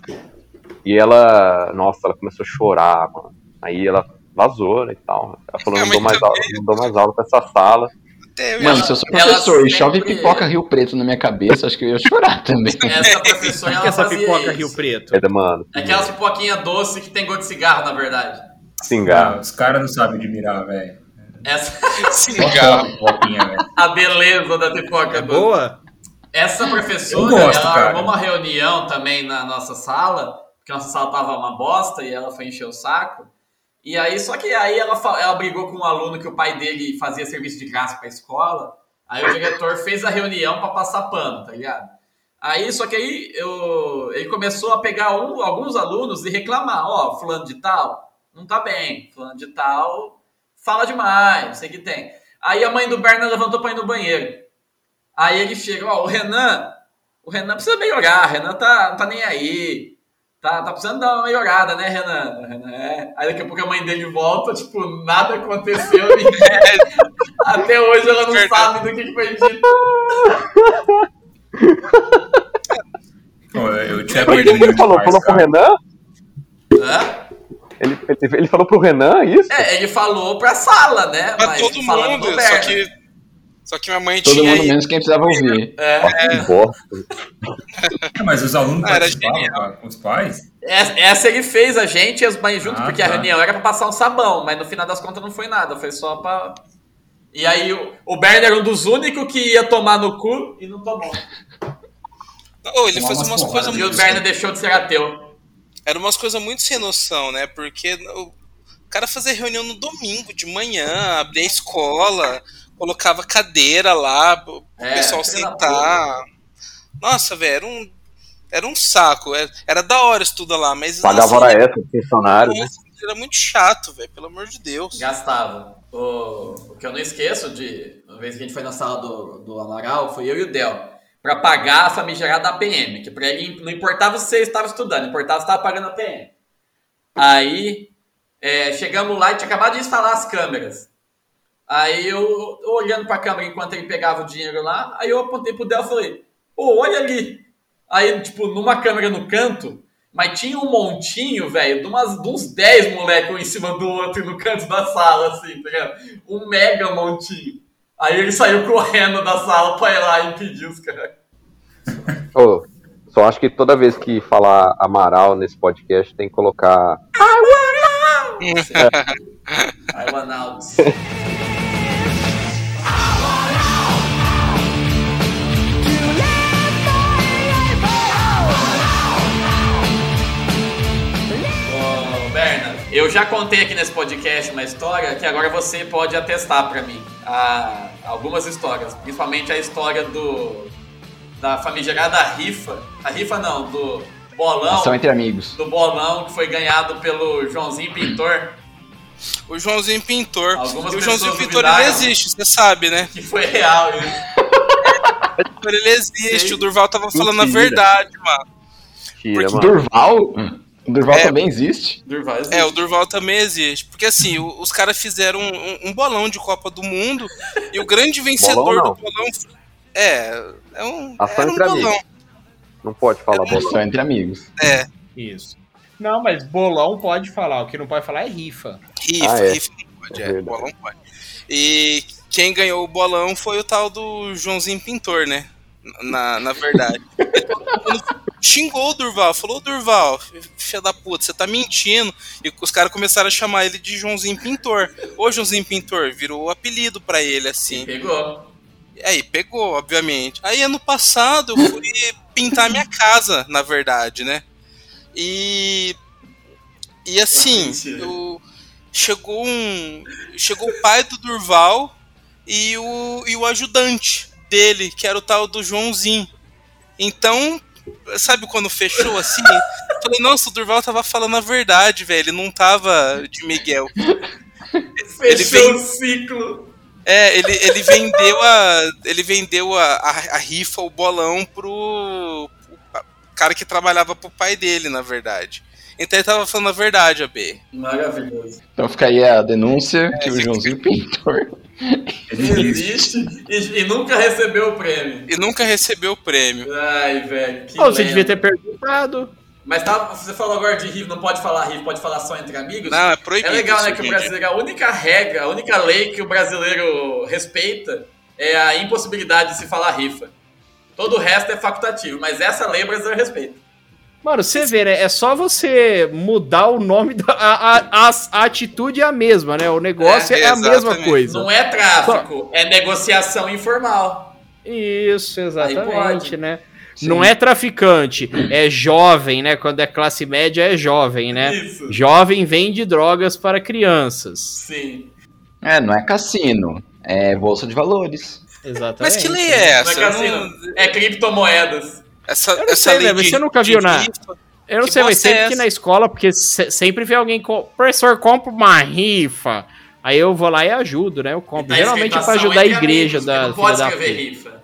S6: E ela, nossa, ela começou a chorar, mano. Aí ela vazou né, e tal. Ela falou:
S4: É,
S6: não dou,
S4: mas
S6: mais aula, não dou mais aula pra essa sala.
S4: Teve.
S2: Mano, se eu sou
S1: Ela
S2: professor e
S1: sempre-
S2: chove pipoca Rio Preto na minha cabeça, acho que eu ia chorar também.
S1: É, Essa
S3: Por
S1: professora,
S3: que
S1: ela
S3: que essa
S1: fazia
S3: pipoca
S1: isso.
S3: Rio Preto?
S6: É, mano,
S1: É Aquelas pipoquinha doce que tem gosto de cigarro, na verdade.
S6: cigarro.
S5: Os caras não sabem admirar, velho.
S1: Essa
S4: Cigarro.
S5: Pipoquinha, velho.
S1: a beleza da pipoca
S3: É
S1: doce.
S3: boa?
S1: Essa
S5: Eu
S1: professora,
S5: gosto,
S1: ela
S5: cara.
S1: armou uma reunião também na nossa sala, porque nossa sala tava uma bosta e ela foi encher o saco. E aí, só que aí ela, fa- ela brigou com um aluno que o pai dele fazia serviço de graça pra escola. Aí o diretor fez a reunião pra passar pano, tá ligado? Aí, só que aí eu, ele começou a pegar um- alguns alunos e reclamar, ó, fulano de tal, não tá bem, fulano de tal fala demais, não sei o que tem. Aí a mãe do Berna levantou pra ir no banheiro. Aí ele chega, ó, o Renan, o Renan precisa melhorar, o Renan tá, não tá nem aí. Tá, tá precisando dar uma melhorada, né, Renan? O Renan, é. Aí daqui a pouco a mãe dele volta, tipo, nada aconteceu. ninguém- Até hoje ela não
S4: Verdade.
S1: sabe do que que foi dito.
S5: Pô, eu tinha
S6: Por que
S5: perdido
S6: que ele
S5: muito
S6: falou?
S5: mais,
S6: Falou pro
S5: cara.
S6: Renan?
S1: Hã?
S6: Ele, ele, ele falou pro Renan isso?
S1: É, ele falou pra sala, né?
S4: Pra todo
S1: ele fala
S4: mundo,
S1: pro
S4: só
S1: Berna.
S4: que. Só que minha mãe
S2: Todo
S4: tinha.
S2: mundo menos quem precisava ouvir.
S1: É,
S6: Nossa, que bosta.
S5: É, Mas os alunos
S4: Ah, era
S5: participavam,
S4: genial.
S5: cara, com os pais?
S1: Essa É, essa ele fez a gente e as mães junto,
S5: Ah,
S1: porque a
S5: tá.
S1: reunião era pra passar um sabão, mas no final das contas não foi nada, foi só pra. E aí o, o Berner era um dos únicos que ia tomar no cu e não tomou.
S4: Oh, ele fez
S5: Tomava
S4: umas
S5: umas
S4: coisas
S5: porradas.
S1: E o
S4: muito.
S1: Berner deixou de ser ateu.
S4: Era umas coisas muito sem noção, né? Porque o cara fazia reunião no domingo, de manhã, abria a escola, colocava cadeira lá, pro
S1: É,
S4: pessoal
S1: filho da
S4: sentar. Nossa, velho, era um. Era um saco. Era, era da hora estudar lá, mas.
S6: Pagava
S4: nossa,
S6: hora extra pro funcionário. né?
S4: nossa, Era muito chato, velho, pelo amor de Deus.
S1: Gastava. O, o que eu não esqueço de. Uma vez que a gente foi na sala do, do Amaral, foi eu e o Del. Pra pagar a famigerada APM, que pra ele não importava se você estava estudando, importava se estava pagando a APM. Aí é, chegamos lá e tinha acabado de instalar as câmeras. Aí eu, eu olhando pra câmera enquanto ele pegava o dinheiro lá, aí eu apontei pro Del e falei, pô, olha ali. Aí, tipo, numa câmera no canto, mas tinha um montinho, velho, de, umas- de uns 10 moleques um em cima do outro no canto da sala, assim, tá ligado? Um mega montinho. Aí ele saiu correndo da sala pra ir lá e impedir os caras.
S6: Ô, só acho que toda vez que falar Amaral nesse podcast tem que colocar.
S1: Aí o Analdo. Ô, Berna, eu já contei aqui nesse podcast uma história que agora você pode atestar pra mim. Ah, algumas histórias, principalmente a história do da famigerada rifa. A rifa não, do bolão,
S2: São entre amigos.
S1: do bolão que foi ganhado pelo Joãozinho Pintor.
S4: O Joãozinho Pintor.
S1: Algumas
S4: e o
S1: pessoas
S4: Joãozinho Pintor ele
S1: duvidaram.
S4: existe, você sabe, né?
S1: que foi real. né?
S4: Ele existe,
S1: Sei.
S4: o Durval tava falando a
S6: Mentira.
S4: verdade, mano.
S6: Tira,
S4: Porque-
S6: mano.
S2: Durval? Durval
S4: É.
S2: também existe?
S1: Durval existe.
S4: É, o Durval também existe. Porque assim, o- os caras fizeram um, um- um bolão de Copa do Mundo e o grande vencedor
S6: não. Ah,
S4: do bolão. É, é um,
S6: Ação
S4: era um
S6: entre amigos.
S4: bolão.
S6: Não pode
S1: é
S6: falar bolão.
S2: São entre amigos.
S4: É,
S3: Isso. Não, mas bolão pode falar, o que não pode falar é rifa.
S4: rifa,
S6: Ah, é.
S4: rifa não pode,
S6: É
S4: é,
S6: verdade.
S4: bolão pode. E quem ganhou o bolão foi o tal do Joãozinho Pintor, né? Na, na verdade. Todo mundo Xingou o Durval, falou, Durval, filha da puta, você tá mentindo. E os caras começaram a chamar ele de Joãozinho Pintor. Ô, Joãozinho Pintor, virou o apelido pra ele, assim.
S1: Pegou.
S4: Aí pegou, obviamente. Aí ano passado eu fui pintar minha casa, na verdade, né? E e assim,
S1: Mentira.
S4: eu- chegou um chegou o pai do Durval e o e o ajudante dele, que era o tal do Joãozinho. Então, sabe quando fechou assim? Eu Falei, nossa, o Durval tava falando a verdade, velho. Ele não tava de Miguel.
S1: Fechou
S4: vem-
S1: o ciclo.
S4: É, ele, ele vendeu a. Ele vendeu a, a, a rifa, o bolão, pro, pro cara que trabalhava pro pai dele, na verdade. Então ele tava falando a verdade, AB.
S1: Maravilhoso.
S2: Então fica aí a denúncia que o Joãozinho Pintor.
S5: Ele existe.
S1: Existe e, e nunca recebeu o prêmio.
S4: E nunca recebeu o prêmio.
S1: Ai, velho. Que
S3: Ou você
S1: lenda.
S3: devia ter perguntado.
S1: Mas tá, você falou agora de riff, não pode falar riff, pode falar só entre amigos.
S4: Não, é proibido.
S1: É legal,
S4: isso,
S1: né? Que o
S4: gente.
S1: brasileiro, a única regra, a única lei que o brasileiro respeita é a impossibilidade de se falar rifa. Todo o resto é facultativo, mas essa lei brasileira respeita.
S3: Mano, você vê, né? É só você mudar o nome da. A, a, a, a atitude é a mesma, né? O negócio é,
S4: É,
S3: a mesma
S4: exatamente.
S3: coisa.
S1: Não é tráfico, é negociação informal.
S3: Isso, exatamente,
S1: é- pode.
S3: né? Não é traficante, é jovem, né? Quando é classe média, é jovem, né?
S1: Isso.
S3: Jovem vende drogas para crianças.
S1: Sim.
S2: É, não é cassino, é bolsa de valores.
S3: Exatamente.
S4: Mas que lei é
S1: Não é
S4: essa? Eu não-
S1: cassino, é criptomoedas.
S4: Essa,
S3: assim, Eu não
S4: essa
S3: sei,
S4: lei
S3: né, mas
S4: de-
S3: você nunca
S4: de
S3: viu na-
S4: rifa.
S3: Eu não
S4: Que
S3: sei, mas
S4: bosta é
S3: sempre que
S4: essa?
S3: na escola, porque se- sempre vem alguém com. Professor, compra uma rifa. Aí eu vou lá e ajudo, né? Eu compro.
S1: Tá
S3: Geralmente é
S1: escrito
S3: pra
S1: ação
S3: ajudar a
S1: entre
S3: igreja
S1: amigos,
S3: da
S1: Não pode
S3: filha da
S1: escrever
S3: puta.
S1: rifa.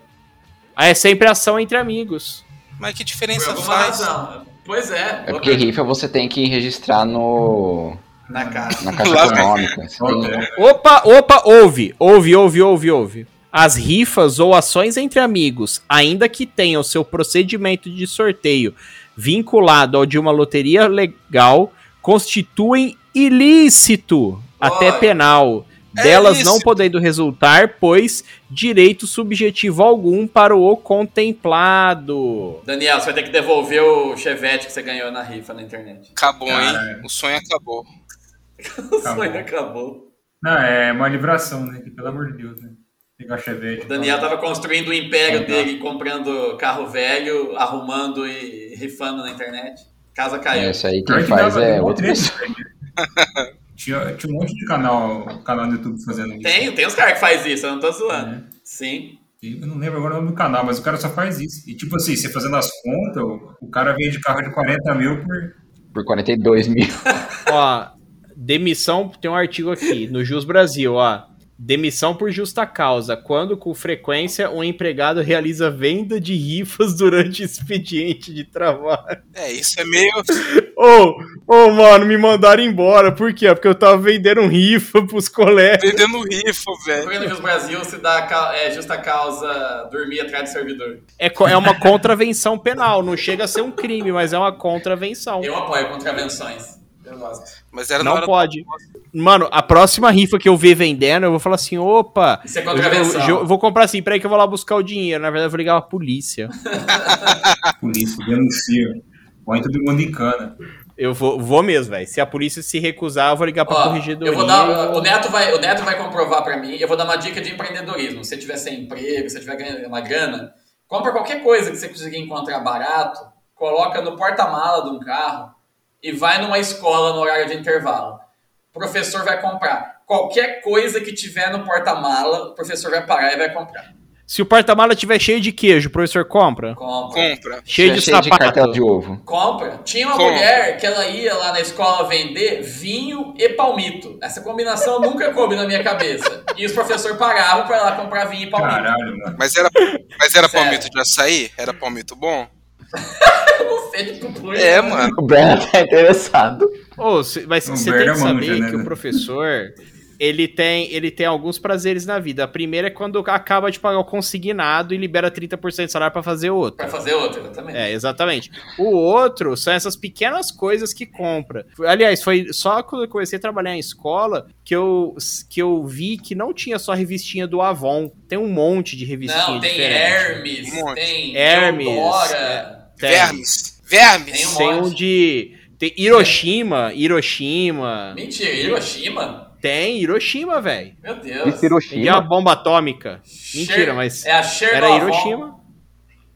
S3: Aí é sempre ação entre amigos.
S4: Mas que
S1: Por
S4: diferença
S1: alguma
S4: faz?
S1: razão. Pois é.
S2: É porque rifa você tem que registrar no
S1: Na casa.
S2: na caixa
S4: Lá vem.
S2: econômica. Você tem-
S5: Olha,
S3: Opa, opa, ouve, ouve, ouve, ouve, ouve. As rifas ou ações entre amigos, ainda que tenham seu procedimento de sorteio vinculado ao de uma loteria legal, constituem ilícito, até
S1: Olha.
S3: penal,
S4: É
S3: delas não
S4: ilícito.
S3: podendo resultar, pois, direito subjetivo algum para o contemplado.
S1: Daniel, você vai ter que devolver o Chevette que você ganhou na rifa na internet.
S4: Acabou, hein?
S5: Caralho.
S4: O sonho acabou.
S1: O sonho acabou.
S5: Não, é uma livração, né? Que, pelo amor de Deus, né? Pegar chevette.
S1: O Daniel tava construindo o império
S5: Tá.
S1: dele, comprando carro velho, arrumando e rifando na internet. Casa caiu.
S2: É, isso aí
S5: Pior
S2: quem
S5: que
S2: faz
S5: dava,
S2: é
S5: deu um
S2: outra
S5: trecho,
S2: pessoa.
S5: velho. Tinha, tinha um monte de canal, canal no YouTube fazendo isso.
S1: Tem, tem os caras que faz isso, eu não tô zoando.
S5: né?
S2: Uhum.
S1: Sim.
S5: Eu não lembro agora o nome do canal, mas o cara só faz isso. E tipo assim, você fazendo as contas, o- o cara vende carro de 40 mil por.
S2: Por 42 mil.
S3: Ó, demissão, tem um artigo aqui no Jus Brasil, ó. Demissão por justa causa, quando com frequência um empregado realiza venda de rifas durante o expediente de trabalho.
S4: É, isso é meio.
S3: Ô, ô, mano, me mandaram embora, por quê? Porque eu tava vendendo rifa pros colegas.
S4: Vendendo rifa,
S1: O
S4: velho.
S1: governo do Brasil se dá ca- é, justa causa dormir atrás do servidor.
S3: É, co- é uma contravenção penal, não chega a ser um crime, mas é uma contravenção.
S1: Eu apoio contravenções. Eu gosto.
S4: Mas era na
S3: Não
S4: hora
S3: pode. Mano, a próxima rifa que eu ver vendendo, eu vou falar assim, opa,
S1: Isso é
S3: eu, eu-
S1: contravenção.
S3: eu vou comprar assim, peraí que eu vou lá buscar o dinheiro. Na verdade, eu vou ligar a polícia.
S5: Polícia denuncia. então Põe todo mundo em cana.
S3: Eu vou, vou mesmo, velho. Se a polícia se recusar, eu vou ligar pra
S1: Ó,
S3: corregedoria.
S1: eu vou dar, o, Neto vai, o Neto vai comprovar pra mim. Eu vou dar uma dica de empreendedorismo. Se você tiver sem emprego, se você tiver ganhando uma grana, compra qualquer coisa que você conseguir encontrar barato, coloca no porta-mala de um carro e vai numa escola no horário de intervalo. O professor vai comprar. Qualquer coisa que tiver no porta-mala, o professor vai parar e vai comprar.
S3: Se o porta-mala tiver cheio de queijo, o professor compra?
S1: Compra.
S4: compra.
S3: Cheio de
S2: cheio de
S3: sapato.
S2: cartela de ovo.
S1: Compra. Tinha uma
S4: Compra.
S1: mulher que ela ia lá na escola vender vinho e palmito. Essa combinação nunca coube na minha cabeça. E os professores pagavam pra ela comprar vinho e palmito.
S5: Caralho, mano.
S4: Mas era, mas era
S1: Sério.
S4: palmito de açaí? Era palmito bom?
S1: Eu não sei de tudo isso.
S4: É, mano.
S2: O Breno tá interessado.
S3: Ô, cê- mas
S5: Não,
S3: você
S5: merda
S3: tem que
S5: é manja,
S3: saber
S5: né,
S3: que o
S5: né?
S3: professor, ele tem, ele tem alguns prazeres na vida. A primeira é quando acaba de pagar o consignado e libera 30% do salário pra fazer outro.
S1: Pra fazer outra, exatamente.
S3: É, exatamente. O outro são essas pequenas coisas que compra. Aliás, foi só quando eu comecei a trabalhar em escola que eu, que eu vi que não tinha só revistinha do Avon. Tem um monte de revistinha
S1: não, tem
S3: diferente.
S1: Hermes,
S4: Um monte.
S1: tem
S3: Hermes, é.
S1: Eudora.
S4: Vermes. Vermes.
S1: Tem um
S3: Tem
S1: monte.
S3: um de... Tem Hiroshima, Hiroshima.
S1: Mentira, Hiroshima?
S3: Tem Hiroshima, velho.
S1: Meu
S6: De
S1: Deus.
S3: E é uma
S6: Hiroshima.
S3: bomba atômica. Mentira,
S1: Cher-
S3: mas
S1: É a Chernobyl.
S3: era Hiroshima.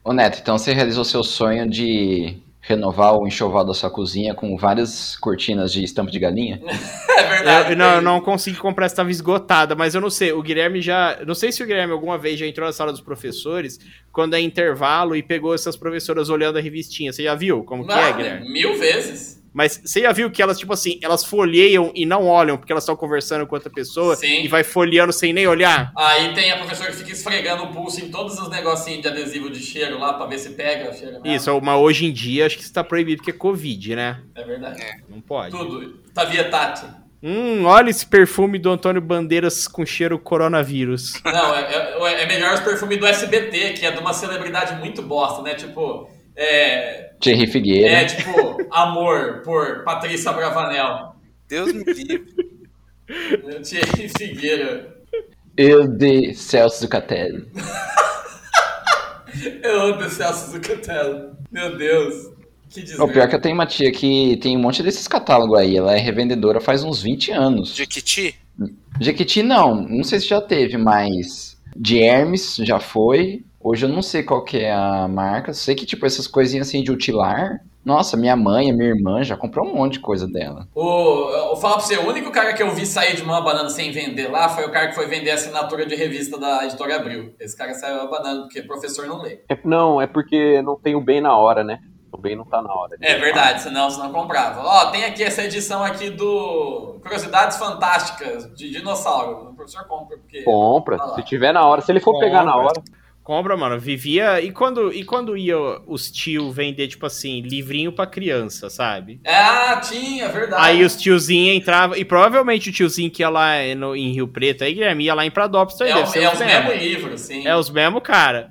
S2: Ô Neto, então você realizou seu sonho de renovar o enxoval da sua cozinha com várias cortinas de estampa de galinha?
S1: É verdade.
S3: Eu, não, eu não consegui comprar, estava esgotada, mas eu não sei. O Guilherme já. eu Não sei se o Guilherme alguma vez já entrou na sala dos professores quando é intervalo e pegou essas professoras olhando a revistinha. Você já viu como que é,
S1: Mano,
S3: Guilherme?
S1: mil vezes.
S3: Mas você já viu que elas, tipo assim, elas folheiam e não olham porque elas estão conversando com outra pessoa
S1: Sim.
S3: e vai folheando sem nem olhar?
S1: Aí tem a professora que fica esfregando o pulso em todos os negocinhos de adesivo de cheiro lá pra ver se pega né? cheiro. mesmo.
S3: Isso, mas hoje em dia acho que isso tá proibido porque é Covid, né?
S1: É verdade.
S3: Não pode.
S1: Tudo. Tavia Tati.
S3: Hum, olha esse perfume do Antônio Bandeiras com cheiro coronavírus.
S1: Não, é, é- é melhor os perfumes do SBT, que é de uma celebridade muito bosta, né? Tipo, é,
S2: Thierry Figueira.
S1: é tipo Amor por Patrícia Bravanel.
S4: Deus me livre.
S1: Thierry Figueira.
S2: Eu de Celso Zucatelli.
S1: Eu odeio Celso Zucatelli. Meu Deus. Que
S2: O pior é
S1: desgraça.
S2: que eu tenho uma tia que tem um monte desses catálogos aí. Ela é revendedora faz uns 20 anos.
S4: Jequiti?
S2: Jequiti não, não sei se já teve, mas de Hermes já foi. Hoje eu não sei qual que é a marca. Sei que, tipo, essas coisinhas assim de utilar. Nossa, minha mãe, e minha irmã já comprou um monte de coisa dela.
S1: O, eu falo pra você, o único cara que eu vi sair de uma banana sem vender lá foi o cara que foi vender a assinatura de revista da editora Abril. Esse cara saiu a banana, porque professor não lê.
S6: É- não, é porque não tem o bem na hora, né? O bem não tá na hora.
S1: É verdade, senão você não comprava. Ó, tem aqui essa edição aqui do Curiosidades Fantásticas de Dinossauro. O professor compra, porque.
S6: Compra.
S1: Tá lá.
S6: Se tiver na hora, se ele for pegar na hora.
S3: Compra, mano. Vivia. E quando, e quando ia os tios vender, tipo assim, livrinho pra criança, sabe?
S1: Ah, tinha, verdade.
S3: Aí os tiozinhos entravam. E provavelmente o tiozinho que ia lá no- em Rio Preto, aí Guilherme ia lá em Pradópolis
S1: é,
S3: também. deve
S1: o,
S3: ser
S1: é
S3: os
S1: os
S3: mesmos.
S1: mesmos livros, sim.
S3: É os mesmos, cara.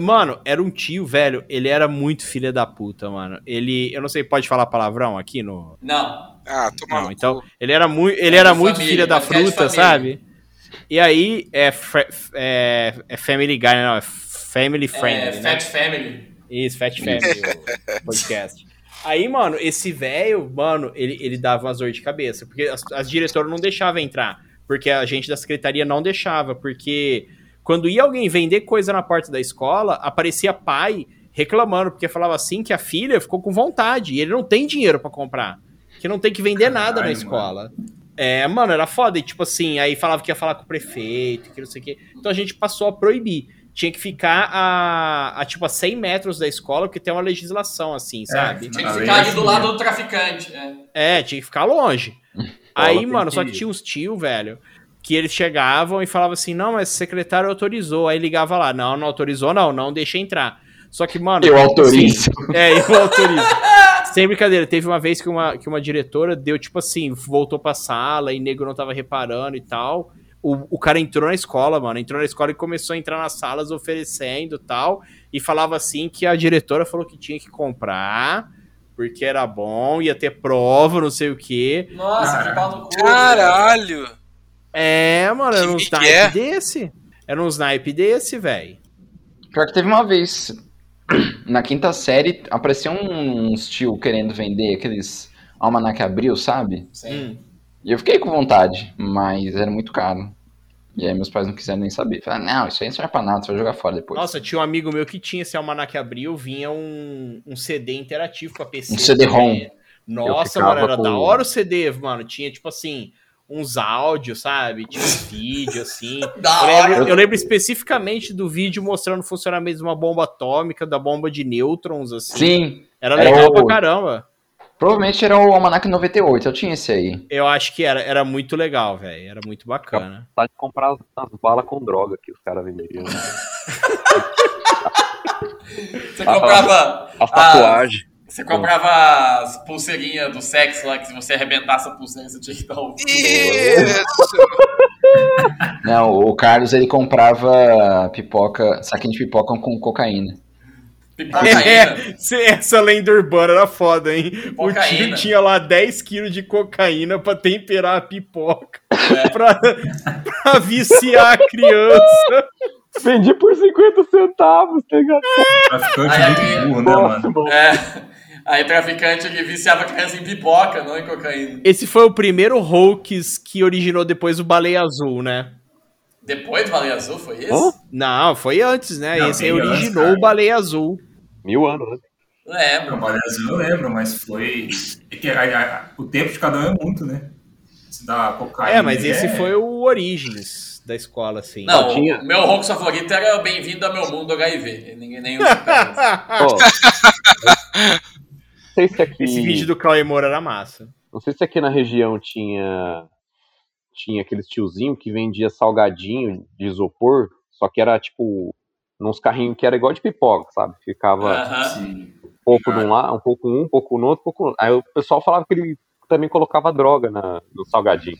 S3: Mano, era um tio, velho. Ele era muito filha da puta, mano. Ele. Eu não sei, pode falar palavrão aqui no.
S1: Não.
S4: Ah, toma.
S3: Não,
S4: no
S3: então,
S4: cu.
S3: ele era muito, ele
S1: É
S3: era
S1: de
S3: muito
S1: família,
S3: filha da
S1: podcast de
S3: fruta,
S1: família.
S3: sabe? E aí é, fra- é, é Family Guy, não, é Family
S1: é
S3: Friend, né?
S1: Fat Family.
S3: Isso, Fat Family, o podcast. Aí, mano, esse velho, mano, ele, ele dava umas dor de cabeça, porque as, as diretoras não deixavam entrar, porque a gente da secretaria não deixava, porque quando ia alguém vender coisa na porta da escola, aparecia pai reclamando, porque falava assim que a filha ficou com vontade, e ele não tem dinheiro pra comprar, que não tem que vender nada na
S5: Caralho,
S3: escola. É, mano, era foda, e tipo assim, aí falava que ia falar com o prefeito, que não sei o quê. Então a gente passou a proibir. Tinha que ficar a, a tipo, a 100 metros da escola, porque tem uma legislação assim, sabe?
S1: Tinha
S5: A
S1: que
S5: lei
S1: ficar
S5: é
S1: ali do
S5: assim,
S1: lado
S5: né?
S1: do traficante. é.
S3: É, tinha que ficar longe. Aí,
S5: tem
S3: mano,
S5: que
S3: só que
S5: ir.
S3: tinha uns tio, velho, que eles chegavam e falavam assim: não, mas o secretário autorizou. Aí ligava lá: não, não autorizou, não, não deixa entrar. Só que, mano.
S2: Eu
S3: assim,
S2: autorizo.
S3: é, eu autorizo. Sem brincadeira, teve uma vez que uma, que uma diretora deu, tipo assim, voltou pra sala e nego não tava reparando e tal. O, o cara entrou na escola, mano. Entrou na escola e começou a entrar nas salas oferecendo e tal. E falava assim que a diretora falou que tinha que comprar, porque era bom, ia ter prova, não sei o quê.
S1: Nossa, que pau no cu.
S4: Caralho!
S3: É, mano, era
S4: Que
S3: uns
S4: que
S3: naipe
S4: é?
S3: desse. Era uns naipe desse, velho.
S2: Pior que teve uma vez, na quinta série, apareceu um- uns tio querendo vender aqueles almanac abril, sabe?
S1: Sim.
S4: É.
S2: E eu fiquei com vontade, mas era muito caro. E aí meus pais não quiseram nem saber. Falaram, não, isso aí não serve pra nada, você vai jogar fora depois.
S3: Nossa, tinha um amigo meu que tinha esse almanac abril, vinha um, um CD interativo com a PC.
S2: Um CD-ROM.
S3: também. Nossa,
S6: Eu
S3: mano,
S6: ficava
S3: era
S6: com-
S3: da hora o CD, mano. Tinha, tipo assim, uns áudios, sabe? Tinha uns vídeos, assim.
S1: Da
S3: Eu
S1: hora.
S3: lembro, eu lembro especificamente do vídeo mostrando o funcionamento de uma bomba atômica, da bomba de nêutrons, assim.
S2: Sim,
S3: Era
S2: Era
S3: legal
S2: o-
S3: pra caramba.
S2: provavelmente era o almanac 98, eu tinha esse aí.
S3: Eu acho que era, era muito legal, velho. Era muito bacana.
S6: Tá de comprar as, as balas com droga que os caras vendiam.
S1: Ah. Você comprava.
S6: As
S1: Ah.
S6: tatuagens.
S1: Você comprava as pulseirinhas do sexo lá, que se você arrebentasse a pulseirinha, você tinha que dar um.
S4: Isso!
S2: Não, né? o Carlos, ele comprava pipoca, saquinho de pipoca com cocaína.
S1: Pipocaína.
S3: se- essa lenda urbana era foda, hein? O tio
S1: Cocaína.
S3: tinha lá 10 quilos de cocaína pra temperar a pipoca.
S1: É.
S3: Pra, pra viciar a criança.
S6: Vendi por 50 centavos, tá ligado?
S5: Traficante
S1: Aí,
S5: muito
S1: aí,
S5: burro, né, mano?
S1: É. Aí traficante ele viciava a criança em pipoca, não em cocaína.
S3: Esse foi o primeiro hoax que originou depois o Baleia Azul, né?
S1: Depois do Baleia Azul, foi isso?
S6: Hã?
S3: Não, foi antes, né?
S5: Não,
S3: Esse aí
S5: tem antes,
S3: originou
S5: cara.
S3: o Baleia Azul.
S6: Mil anos, né?
S5: Não,
S1: Lembro.
S5: parece, eu lembro, mas foi. é que a- a- o tempo de cada um é muito, né? Se dá cocaína.
S3: é, mas esse foi o Origens da escola, assim.
S1: Não,
S6: Tinha.
S1: o meu rock favorito era o Bem-vindo ao Meu Mundo HIV. Ninguém tipo nem usa pra isso.
S6: Ó, não sei se aqui.
S3: Esse vídeo do Cauê Moura era massa.
S6: Não sei se aqui na região tinha. Tinha aqueles tiozinho que vendia salgadinho de isopor, só que era tipo. Nos carrinhos que era igual de pipoca, sabe? Ficava
S4: Ah,
S1: Aham.
S5: Sim.
S6: um pouco de um lá, um pouco um, um pouco no outro, um pouco no outro. Aí o pessoal falava que ele também colocava droga na, no salgadinho.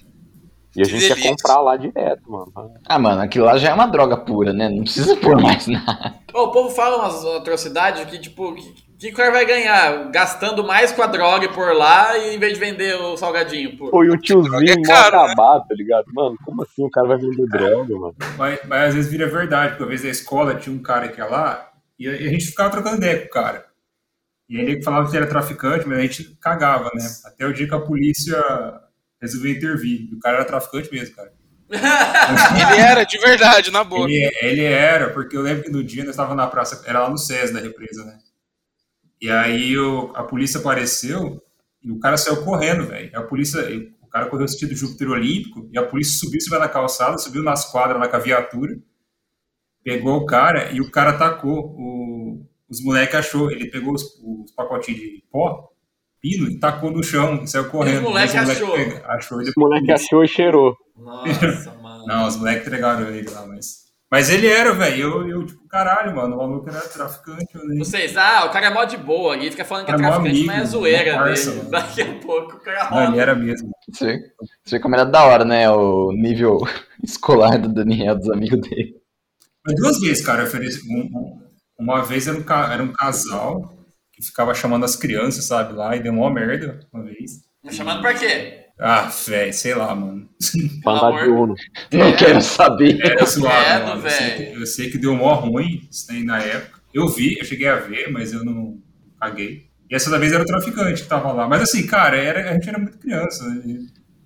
S6: E a
S4: Que
S6: gente ia
S4: delícia.
S6: comprar lá direto, mano.
S2: Ah, mano, aquilo lá já é uma droga pura, né? Não precisa pôr mais nada.
S1: Pô, o povo fala umas atrocidades que, tipo, que- que o cara vai ganhar? Gastando mais com a droga por lá e em vez de vender o salgadinho por.
S6: Foi um tiozinho
S4: É
S6: mal
S4: caro, né?
S6: acabado, tá ligado? Mano, como assim o cara vai vender droga, mano?
S5: Mas, mas às vezes vira verdade, porque uma vez na escola tinha um cara que ia lá e a a gente ficava trocando ideia com o cara. E ele falava que era traficante, mas a gente cagava, né? Até o dia que a polícia resolveu intervir. E o cara era traficante mesmo, cara.
S4: Ele era de verdade, na boa.
S1: né?
S5: Ele, é, ele era, porque eu lembro que no dia nós estávamos na praça, era lá no SES da represa, né? E aí o- a polícia apareceu e o cara saiu correndo, velho. A polícia, o cara correu sentido Júpiter Olímpico e a polícia subiu, subiu na calçada, subiu nas quadras lá com a viatura, pegou o cara e o cara atacou. O, os moleques achou, ele pegou os, os pacotinhos de pó, pino, e tacou no chão e saiu correndo.
S1: moleque
S5: Mas o
S1: achou?
S5: pega- achou e
S6: Esse moleque achou e cheirou.
S1: Nossa, mano.
S5: não, os moleques entregaram ele lá, mas. Mas ele era, velho. Eu, eu, tipo, caralho, mano. O maluco era traficante, eu nem.
S1: Vocês, ah, o cara é mó de boa ali, fica falando que é
S5: Cara, mó
S1: traficante, mas é
S5: amigo,
S1: zoeira
S5: mó parça,
S1: dele.
S5: mano.
S1: Daqui a pouco o cara
S5: Não, ele
S1: rola.
S5: era mesmo.
S2: Você, você vê como era da hora, né? O nível escolar do Daniel, dos amigos dele.
S5: Mas duas vezes, cara, eu ofereci. um- um- uma vez era um, ca- era um casal que ficava chamando as crianças, sabe, lá, e deu uma merda uma vez.
S1: Chamando pra quê?
S5: Ah, velho, sei lá, mano.
S6: Pra
S1: Pelo
S6: andar de
S1: amor.
S6: Uno.
S2: Não quero saber.
S5: Era suave,
S1: credo,
S5: mano. Eu sei,
S1: velho.
S5: que, eu sei que deu mó ruim isso daí na época. Eu vi, eu cheguei a ver, mas eu não caguei. E essa da vez era o traficante que tava lá. Mas assim, cara, era, a gente era muito criança. né?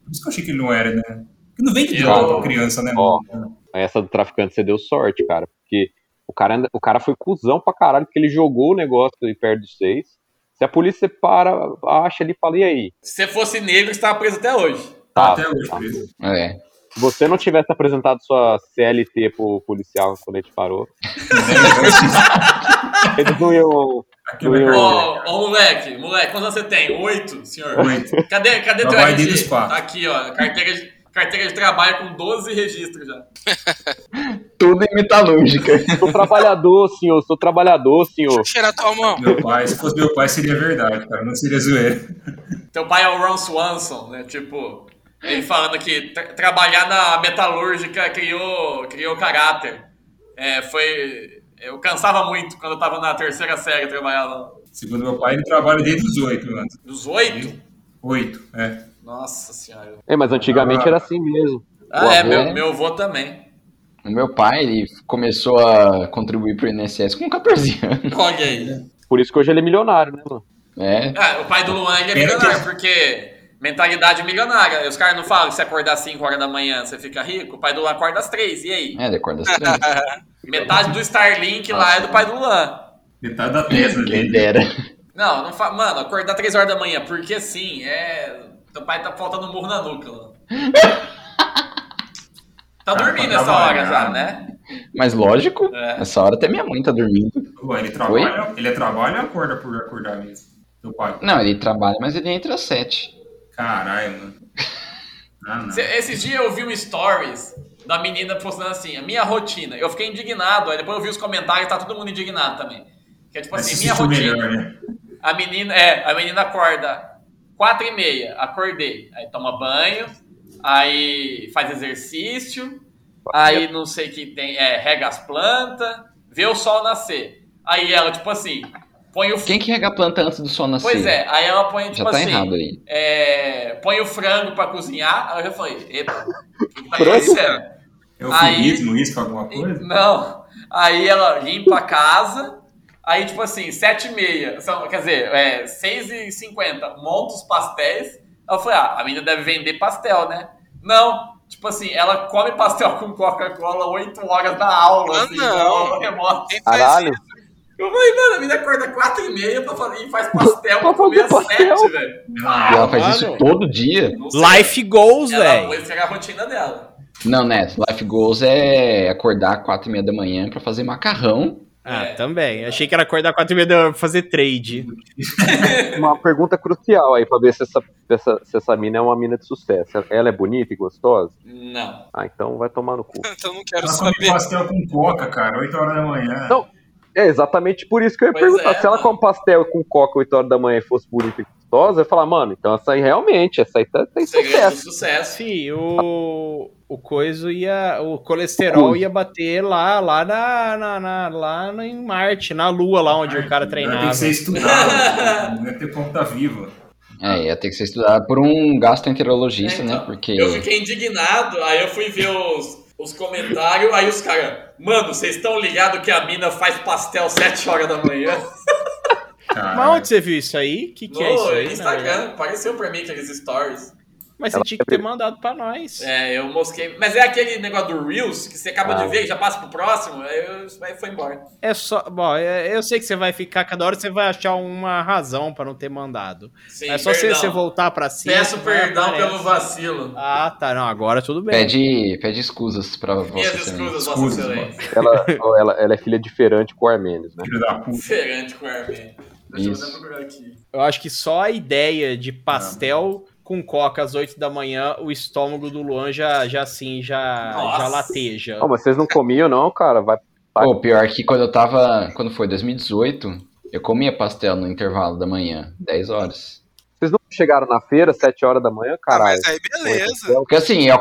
S5: Por isso que eu achei que ele não era, né? Porque não vende
S1: Eu-
S5: droga pra criança, né?
S6: Ó.
S5: mano?
S6: Essa do traficante você deu sorte, cara. Porque o cara, ainda- o cara foi cuzão pra caralho, porque ele jogou o negócio aí perto dos seis. Se a polícia para, acha ali e fala, e aí?
S1: Se você fosse negro, você tava preso até hoje.
S6: Tá,
S5: Até hoje, né?
S6: tá.
S5: por isso.
S2: É.
S6: Se você não tivesse apresentado sua CLT pro policial quando ele te parou, eles não iam.
S5: Aqui é vai
S6: Eu-
S1: Ô,
S5: perder.
S1: ô, moleque, moleque, quantos anos você tem? Oito, senhor?
S5: Oito.
S1: Cadê, cadê
S5: Não
S1: teu
S5: vai nem
S1: RG?
S5: dos quatro.
S1: Tá aqui, ó. Carteira de, carteira de trabalho com 12 registros já.
S2: Tudo em metalúrgica.
S6: Sou trabalhador, senhor, sou trabalhador, senhor.
S4: Cheirar tua mão.
S5: Meu pai, se fosse meu pai, seria verdade, cara. Não seria zoeira.
S1: Teu pai é o Ron Swanson, né? Tipo, ele falando que tra- trabalhar na metalúrgica criou, criou caráter. É, foi. Eu cansava muito quando eu tava na terceira série trabalhando.
S5: Segundo meu pai, ele trabalha desde os oito, mano.
S1: Dos oito?
S5: Oito, é.
S1: Nossa senhora.
S6: É, mas antigamente
S5: Ah.
S6: era assim mesmo.
S1: Ah,
S2: Boa,
S1: é,
S2: boa.
S5: né?
S1: meu, meu avô também.
S2: O meu pai ele começou a contribuir pro INSS com 14 anos.
S1: Olha aí.
S6: Por isso que hoje ele é milionário, né, mano?
S2: É.
S1: Ah, o pai do Luan ele é milionário, porque mentalidade milionária. Os caras não falam que se acordar às 5 horas da manhã você fica rico. O pai do Luan acorda às 3, e aí?
S2: É, ele acorda às três.
S5: É.
S1: Metade do Starlink lá é do pai do Luan.
S5: Metade da né? tesa
S2: Quem
S5: dele.
S2: dera.
S1: Não, não fa... mano, acordar 3 horas da manhã, porque sim, é. Teu pai tá faltando um murro na nuca, Luan. Tá
S5: Cara,
S1: dormindo
S5: pra
S1: essa hora
S5: trabalhar.
S1: já, né?
S2: Mas lógico,
S1: É.
S2: essa hora até minha mãe tá dormindo.
S5: Ué, Ele trabalha, ele trabalha e acorda por acordar mesmo. Meu pai.
S2: Não, ele trabalha, mas ele entra às 7.
S5: Caralho, mano. Ah, não.
S1: Cê- Esses dias eu vi um stories da menina postando assim, a minha rotina. Eu fiquei indignado, aí depois eu vi os comentários, tá todo mundo indignado também. Que é tipo
S5: Mas se
S1: assim, minha
S5: sentiu
S1: rotina.
S5: melhor, né?
S1: A menina, é, a menina acorda quatro e meia, acordei. Aí toma banho, aí faz exercício, aí não sei o que tem, é, rega as plantas, vê o sol nascer. Aí ela, tipo assim, põe o...
S2: Quem que rega a planta antes do sol nascer?
S1: Pois é, aí ela põe,
S2: Já
S1: tipo
S2: tá
S1: assim,
S2: errado aí.
S1: é, põe o frango pra cozinhar, aí eu já falei, eita, o que que tá
S6: Frango?
S1: acontecendo?
S5: É
S1: Aí-
S5: eufemismo isso pra alguma coisa?
S1: Não. Aí ela limpa a casa. Aí, tipo assim, sete e meia, são, quer dizer, é, seis e cinquenta, monta os pastéis. Ela falou, ah, a menina deve vender pastel, né? Não, tipo assim, ela come pastel com Coca-Cola oito horas da aula,
S4: Ah,
S1: assim,
S4: não.
S1: na aula remota.
S4: Quem faz
S6: Caralho.
S4: isso?
S1: Eu falei, mano, a menina acorda quatro e meia pra fazer, e faz pastel pra
S6: Pra
S1: comer
S6: fazer
S1: às
S6: pastel?
S1: sete, velho.
S2: E ela faz
S3: mano.
S2: isso todo dia.
S1: Não sei.
S3: Life goals,
S1: Ela
S3: velho.
S1: foi pegar a rotina dela.
S2: Não, Neto, Life Goals é acordar 4 e meia da manhã pra fazer macarrão.
S3: Ah,
S1: É.
S3: também. Achei que era acordar 4 e meia da manhã pra fazer trade.
S6: Uma pergunta crucial aí pra ver se essa, se essa, se essa mina é uma mina de sucesso. Ela é bonita e gostosa?
S1: Não.
S6: Ah, então vai tomar no cu.
S4: Então não quero
S5: Ela come
S4: saber.
S5: um pastel com coca, cara, 8 horas da manhã.
S6: Não. É exatamente por isso que eu ia
S1: Pois
S6: perguntar.
S1: é,
S6: se ela um
S1: mano.
S6: come pastel com coca 8 horas da manhã e fosse bonita e gostosa, eu falar, mano, então essa aí realmente, essa aí tá, tem
S1: Segredo do
S6: sucesso.
S1: sucesso.
S3: Sim, o, o coiso ia. O colesterol ia bater lá, lá, na, na- na- lá na- em Marte, na Lua, lá onde o cara
S5: Tem que
S3: treinava.
S5: ser estudado. não é ter como tá viva.
S2: É, ia ter que ser estudado por um gastroenterologista,
S1: É, então,
S2: né? Porque.
S1: Eu fiquei indignado, aí eu fui ver os, os comentários, aí os caras, mano, vocês estão ligados que a mina faz pastel 7 horas da manhã?
S5: né?
S3: Mas onde você viu isso aí? O que, que é isso
S1: no
S3: aí? na verdade?
S1: Instagram, apareceu pra mim aqueles stories.
S3: Mas você tinha que ter mandado pra nós.
S1: É, eu mosquei. Mas é aquele negócio do Reels que você acaba de ver e já passa pro próximo, aí, eu, aí foi embora.
S3: É só. Bom, é- eu sei que você vai ficar, cada hora você vai achar uma razão pra não ter mandado.
S1: Sim,
S3: é só você,
S1: perdão.
S3: você voltar pra cima.
S1: Peço
S3: né,
S1: perdão
S3: aparece.
S1: pelo vacilo.
S3: Ah, tá. Não, agora tudo bem.
S2: Pede, pede escusas pra
S1: Minhas
S2: você.
S3: é
S2: Excelência.
S1: escusas,
S5: Escusas,
S1: Vossa Excelência.
S6: Ela, ela, ela é filha de Ferante com Armênios, né?
S5: Filho da puta.
S1: Diferente com o Armin. Deixa
S2: Isso.
S1: eu até procurar aqui.
S3: Eu acho que só a ideia de pastel com coca às 8 da manhã, o estômago do Luan já, já assim, já,
S1: Nossa.
S3: já lateja.
S6: Ó, mas vocês não comiam, não, cara? Vai.
S2: Pô, pior que quando eu tava. Quando foi 2018, eu comia pastel no intervalo da manhã, 10 horas.
S6: Vocês não chegaram na feira, 7 horas da manhã,
S4: Ah,
S6: caralho.
S4: mas aí beleza.
S2: Porque assim, eu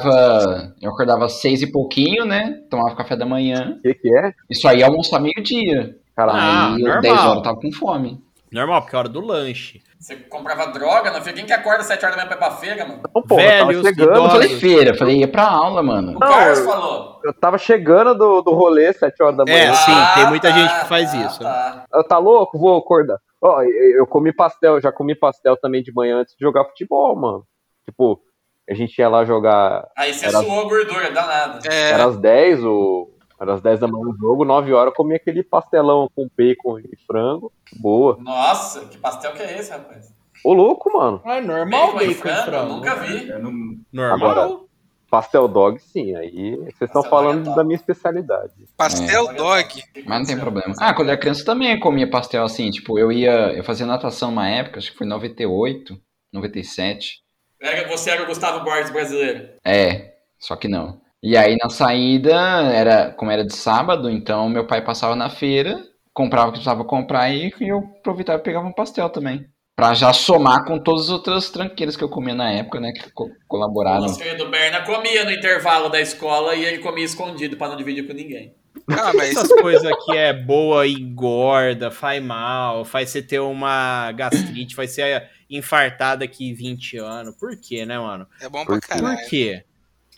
S2: acordava. Eu acordava seis e pouquinho, né? Tomava café da manhã.
S6: O que, que é?
S2: Isso aí ia almoçar meio-dia.
S6: Caralho.
S3: Ah,
S2: aí
S3: normal.
S2: 10 horas eu tava com fome.
S3: Normal, porque é hora do lanche.
S1: Você comprava droga na feira? Quem que acorda 7 horas da manhã pra ir pra feira, mano?
S6: Não, porra, eu
S3: velhos,
S6: tava chegando,
S2: Eu
S3: idosos.
S2: falei feira, eu falei ia pra aula, mano.
S1: O
S6: Não,
S1: Carlos
S6: eu-
S1: falou.
S6: eu tava chegando do, do rolê 7 horas da
S3: É,
S6: manhã.
S3: sim, tem muita gente que faz isso.
S1: Ah,
S3: né?
S1: tá.
S6: Eu, Tá louco? Vou acordar. Ó, eu eu comi pastel, já comi pastel também de manhã antes de jogar futebol, mano. Tipo, a gente ia lá jogar.
S1: Aí você
S6: Era-
S1: suou gordura, danada.
S4: É,
S6: Era às 10 ou. Era às 10 da manhã o jogo, 9 horas eu comi aquele pastelão com bacon e frango. Boa.
S1: Nossa, que pastel que é esse, rapaz?
S6: Ô, louco, mano.
S3: Ah, normal
S1: e
S3: bacon e frango.
S1: é Nunca vi.
S5: Eu não-
S3: Normal.
S6: Agora- Pastel dog, sim. Aí vocês estão
S1: Pastel dog é
S6: falando
S1: top.
S6: da minha especialidade.
S4: pastel dog.
S2: Mas não tem problema. Ah, quando eu era criança também eu comia pastel assim. Tipo, eu ia. Eu fazia natação uma época, acho que foi em 98, 97.
S1: Era- É, Você era o Gustavo Borges brasileiro.
S2: É, só que não. E aí na saída, era, como era de sábado, então meu pai passava na feira, comprava o que precisava comprar e e eu aproveitava e pegava um pastel também. Pra já somar com todas as outras tranqueiras que eu comia na época, né? Que co-
S1: O
S2: colaboraram.
S1: nosso querido Berna comia no intervalo da escola e ele comia escondido pra não dividir com ninguém.
S4: Ah, mas
S3: Essas coisas que é boa, engorda, faz mal, faz você ter uma gastrite, faz você infartar daqui 20 anos. Por quê, né, mano?
S4: é bom pra
S6: né?
S4: caralho.
S3: Por quê?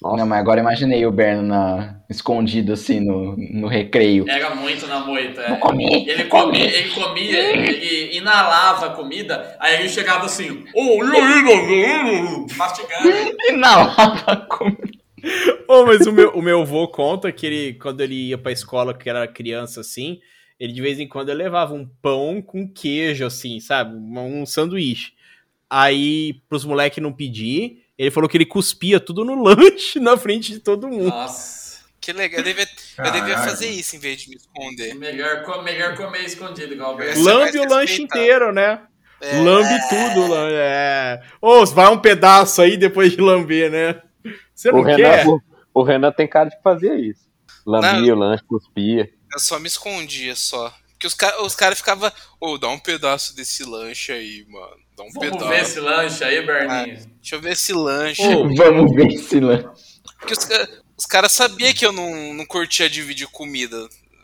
S2: Não, mas agora imaginei o Berno na- escondido assim no, no recreio.
S1: Era muito na moita. é.
S2: Comi,
S1: Ele comia, ele comia, ele inalava a comida, aí ele chegava assim, ô, e aí, Danilo?" mastigando.
S2: E na lava comi.
S3: Ô, mas o meu, o meu avô conta que ele, quando ele ia pra escola, que era criança assim, ele de vez em quando ele levava um pão com queijo, assim, sabe? Um, um sanduíche. Aí, pros moleques não pedir, ele falou que ele cuspia tudo no lanche na frente de todo mundo.
S1: Nossa.
S4: Que legal. Eu devia, eu devia
S5: Caralho.
S4: fazer isso em vez de me esconder.
S1: é Melhor, co- melhor comer escondido, igual o Berna.
S4: Esse é mais
S3: Lambe o lanche
S4: respeitado.
S3: inteiro, né?
S4: É,
S3: Lambe tudo, lambe. É. Ô, vai um pedaço aí depois de lamber, né? Você
S6: O
S3: não quer?
S6: Renan, o, o Renan tem cara de fazer isso. Lambia o lanche, cuspia.
S4: eu só me escondia só. Porque os, ca os caras ficavam, ô, dá um pedaço desse lanche aí, mano. Dá um
S1: Vamos
S4: pedaço.
S1: ver esse lanche aí,
S3: Ah,
S1: Berninho.
S4: Deixa eu ver esse lanche.
S3: Ô,
S2: Vamos ver esse lance.
S4: Porque os, ca- os caras sabiam que eu não, não curtia dividir comida.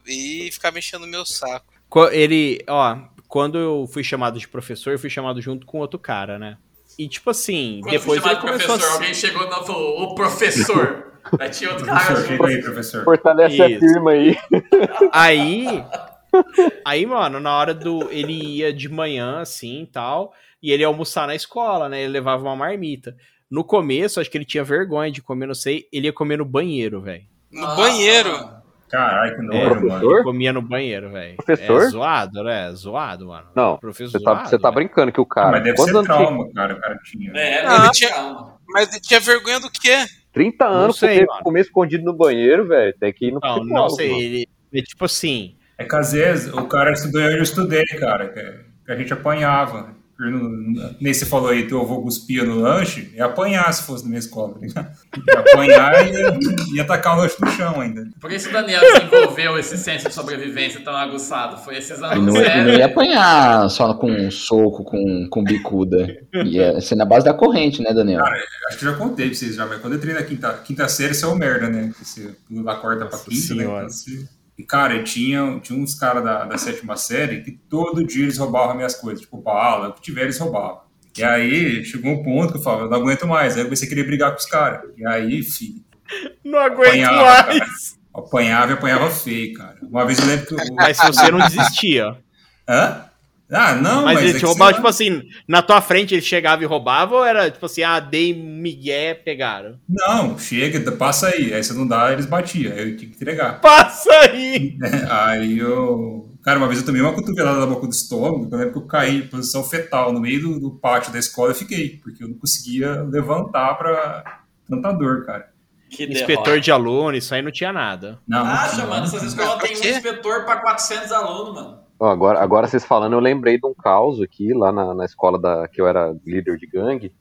S4: E ficava enchendo o meu saco.
S3: Qu- Ele, ó, quando eu fui chamado de professor, eu fui chamado junto com outro cara, né? E tipo assim,
S1: Quando
S3: depois
S1: fui chamado
S3: ele começou
S1: professor,
S3: a se-
S1: alguém chegou e falou, ô professor. Aí tinha outro cara assim,
S5: Professor,
S1: junto.
S5: chega é aí, professor.
S6: Fortalece a
S3: Isso.
S6: firma aí.
S3: aí Aí, mano, na hora do ele ia de manhã assim, e tal, e ele ia almoçar na escola, né? Ele levava uma marmita. No começo, acho que ele tinha vergonha de comer, não sei, ele ia comer no banheiro, velho.
S4: No
S1: Nossa,
S4: banheiro.
S1: mano.
S5: Caralho, que
S3: É,
S5: nojo, mano.
S6: Professor?
S3: Comia no banheiro, velho.
S6: Professor?
S3: É zoado, né? É zoado, mano.
S6: Não,
S3: Professor
S6: Você tá,
S3: zoado, né?
S6: você tá
S3: velho.
S6: brincando que o
S5: Ah,
S6: cara.
S5: mas deve
S6: quantos
S5: ser
S6: anos tinha?
S5: trauma, cara. O cara tinha.
S1: É,
S4: Ah,
S1: mas
S4: tinha-
S1: calma.
S4: Mas ele tinha vergonha do quê?
S6: 30 anos
S3: sei,
S6: comer,
S3: mano.
S6: comer escondido no banheiro, velho. Tem que ir no
S3: Não,
S6: psicólogo.
S3: não sei.
S6: mano.
S3: Ele, ele, tipo assim,
S5: É que às vezes o cara estudou e eu estudei, cara. Que que a gente apanhava. Eu não- Nem você falou aí, teu avô cuspia no lanche, ia apanhar se fosse na minha escola, tá ligado? Ia apanhar e ia, ia tacar o lanche no chão ainda.
S1: Por isso o Daniel desenvolveu esse senso de sobrevivência tão aguçado. Foi esses
S2: E não,
S1: anos
S3: é-
S2: é- e não
S1: sérios.
S2: ia apanhar só com um soco, com, com bicuda. Ia ser é na base da corrente, né, Daniel?
S5: Acho que eu já contei pra vocês já, mas quando eu entrei na quinta, quinta série, você é o merda, né? Porque Você pula da quarta pra
S3: Nossa
S5: quinta, né?
S3: Senhora.
S5: Então, você- E, cara, eu tinha, tinha uns caras da, da sétima série que todo dia eles roubavam as minhas coisas. Tipo, bala, o que tiver, eles roubavam. E aí, chegou um ponto que eu falava, eu não aguento mais. Aí eu comecei a querer brigar com os caras. E aí, filho,
S3: Não aguento
S5: Apanhava,
S3: mais.
S5: apanhava e apanhava feio, cara. Uma vez eu lembro que eu...
S3: Mas se você não desistia.
S5: Hã? Ah, não, mas...
S3: mas
S5: é
S3: ele
S5: que
S3: te roubava,
S5: sei
S3: tipo
S5: lá.
S3: assim, na tua frente ele chegava e roubava ou era tipo assim, ah, dei migué, pegaram?
S5: Não, chega, passa aí. Aí você não dá, eles batiam. Aí eu tinha que entregar.
S3: Passa aí!
S5: Aí eu. Cara, uma vez eu tomei uma cotovelada na boca do estômago, eu lembro que eu caí em posição fetal no meio do, do pátio da escola e fiquei, porque eu não conseguia levantar pra tanta dor, cara.
S1: Que
S3: Inspetor de aluno, isso aí não tinha nada.
S5: Não,
S1: Acha,
S5: não.
S1: mano, Ah, essas escolas têm um
S4: Quê?
S1: inspetor pra 400 alunos, mano.
S6: Ó, agora, agora vocês falando, eu lembrei de um caos aqui, lá na, na escola da, que eu era líder de gangue.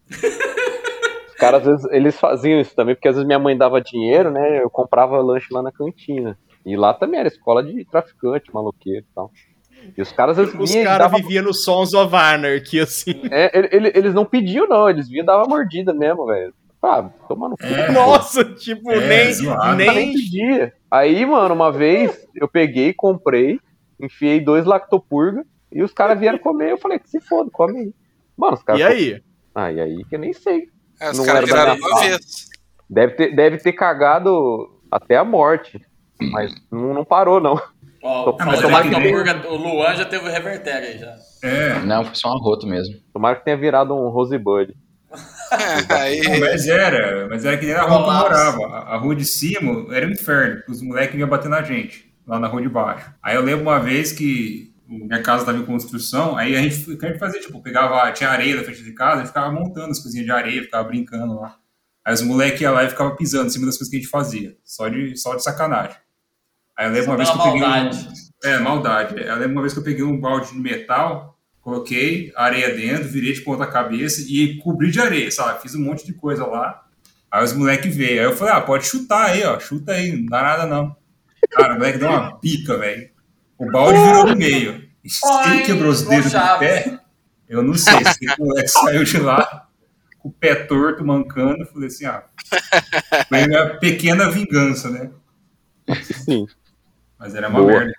S6: Os caras, às vezes, eles faziam isso também, porque às vezes minha mãe dava dinheiro, né? Eu comprava lanche lá na cantina. E lá também era escola de traficante, maloqueiro e tal. E os caras, às vezes,
S3: Os
S6: vinham e
S3: caras
S6: dava-
S3: viviam no Sons of Anarchy, assim.
S6: é, ele- ele- eles não pediam, não, eles vinham e davam mordida mesmo, velho. Ah, toma no cu.
S5: É.
S3: Nossa, tipo,
S5: É,
S3: nem,
S5: zoado.
S6: Eu nem
S3: nem
S6: pedia. Aí, mano, uma vez eu peguei, comprei, enfiei dois lactopurga e os caras vieram comer. Eu falei, que se foda, come aí. Mano, os caras.
S3: E aí?
S6: Ah, e aí que eu nem sei.
S4: É, os
S6: Não
S4: caras
S6: era
S4: viraram
S6: da
S4: uma
S6: minha
S4: vez.
S6: Deve ter, deve ter cagado até a morte. Mas não, não parou, não.
S1: Ó,
S6: Ah,
S5: mas
S1: falou
S5: tomara
S1: que
S5: que
S1: o
S5: nem-
S1: Burga- o Luan já teve o revertério aí já.
S5: É.
S2: Não, foi só um arroto mesmo.
S6: Tomara que tenha virado um Rosebud.
S4: É, Aí,
S5: Não, mas era, mas era que nem na rua que eu
S1: Colapso.
S5: morava. A- A rua de cima era um inferno, porque os moleques vinham bater na gente, lá na rua de baixo. Aí eu lembro uma vez que minha casa estava em construção, aí a gente, o que a gente fazia, tipo, pegava, tinha areia na frente de casa, e ficava montando as coisinhas de areia, ficava brincando lá. Aí os moleques iam lá e ficavam pisando em cima das coisas que a gente fazia, só de, só de sacanagem. Aí eu lembro uma vez que eu
S1: Pela
S5: peguei. um-
S1: maldade.
S5: é, maldade. Eu lembro uma vez que eu peguei um balde de metal, coloquei areia dentro, virei de ponta cabeça e cobri de areia, sabe? Fiz um monte de coisa lá. Aí os moleques veio. Aí eu falei, ah, pode chutar aí, ó. Chuta aí, não dá nada não. Cara, o moleque deu uma bica, velho. O balde virou no meio. Quem quebrou os dedos do
S1: Chaves.
S5: pé? Eu não sei. Se o moleque saiu de lá com o pé torto, mancando, eu falei assim, ah. Foi minha pequena vingança, né?
S6: Sim.
S5: Mas era uma
S6: Boa.
S5: merda.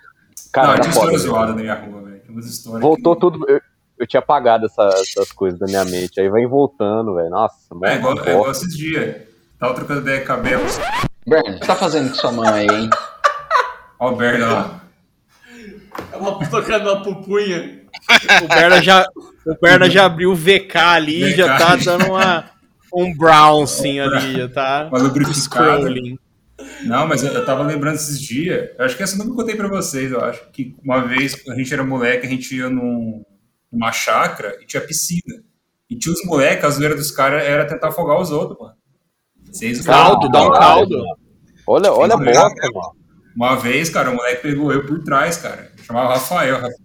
S6: Cara,
S5: não,
S6: era
S5: tinha
S6: foda,
S5: história
S6: velho.
S5: zoada na minha rua, velho. Tinha umas histórias.
S6: Voltou
S5: que-
S6: tudo. Eu, eu tinha apagado essa- essas coisas da minha mente. Aí vai voltando, velho. Nossa, mano.
S5: É igual, é igual esses dias. Tava trocando ideia com a assim, Bela.
S2: Bernie, o que tá fazendo com sua mãe aí, hein?
S5: Ó, o Berna lá.
S1: Ela tocando uma pupunha.
S3: O Berna já, o Berna já abriu o VK ali,
S5: VK.
S3: já tá dando uma, um brownsing ali, já tá
S5: Uma lubrificada.
S3: scrolling.
S5: Não, mas eu, eu tava lembrando esses dias. Eu acho que essa eu nunca contei pra vocês, eu acho. Que uma vez, quando a gente era moleque, a gente ia num, numa chácara e tinha piscina. E tinha os moleques, a zoeira dos caras era tentar afogar os outros, mano. Vocês
S3: Caldo, dá um caldo.
S6: Olha, olha a
S5: Sim, legal.
S6: bosta, mano.
S5: Uma vez, cara, o moleque pegou eu por trás, cara. Chamava Rafael. Rafael.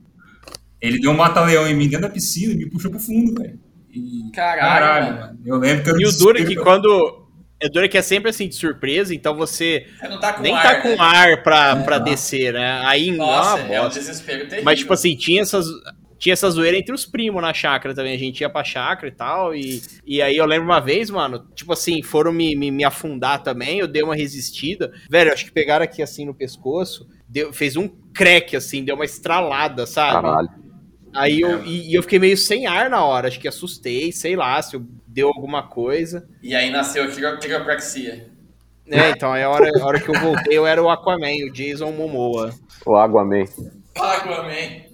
S5: Ele deu um mata-leão em mim dentro da piscina e me puxou pro fundo, velho. E-
S1: Caralho, mano.
S5: Eu lembro que eu
S3: E o duro é que quando. É duro é que é sempre assim de surpresa, então você
S1: Você não tá com
S3: nem
S1: ar.
S3: tá com
S1: né?
S3: ar pra, pra descer, né? Aí
S1: Nossa,
S3: ah,
S1: é um
S3: bosta.
S1: desespero terrível.
S3: Mas, tipo assim, tinha essas. Tinha essa zoeira entre os primos na chácara também. A gente ia pra chácara e tal. E, e aí eu lembro uma vez, mano, tipo assim, foram me, me, me afundar também. Eu dei uma resistida. Velho, acho que pegaram aqui assim no pescoço. Deu, fez um creque, assim, deu uma estralada, sabe?
S6: Caralho.
S3: Aí eu, e, e eu fiquei meio sem ar na hora. Acho que assustei, sei lá, se eu- deu alguma coisa.
S1: E aí nasceu a quiro- quiropraxia.
S3: É, então aí a hora, a hora que eu voltei, eu era o Aquaman, o Jason Momoa.
S6: O Aquaman.
S1: Pago, amém.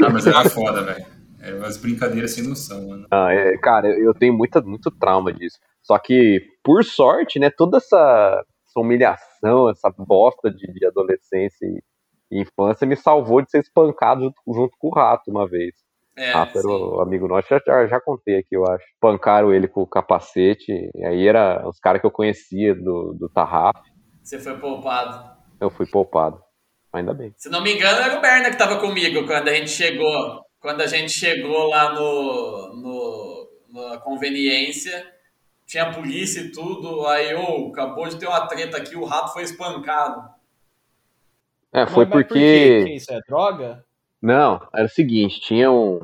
S5: Ah, mas era foda, velho. Eram umas brincadeiras sem noção, mano.
S6: Ah, é, cara, eu eu tenho muita, muito trauma disso. Só que, por sorte, né, toda essa, essa humilhação, essa bosta de, de adolescência e, e infância me salvou de ser espancado junto, junto com o rato uma vez.
S1: É,
S6: Ah,
S1: sim.
S6: pelo amigo nosso, já, já, já contei aqui, eu acho. Pancaram ele com o capacete, e aí era os caras que eu conhecia do, do Tarrafo,
S1: Você foi poupado.
S6: eu fui poupado. Ainda bem.
S1: Se não me engano, era o Berna que tava comigo quando a gente chegou. Quando a gente chegou lá no, no na conveniência, tinha polícia e tudo, aí, ô, acabou de ter uma treta aqui, o rato foi espancado.
S6: É, foi
S3: Mas- mas por quê? Que
S6: porque.
S3: isso é droga?
S6: Não, era o seguinte: tinha um,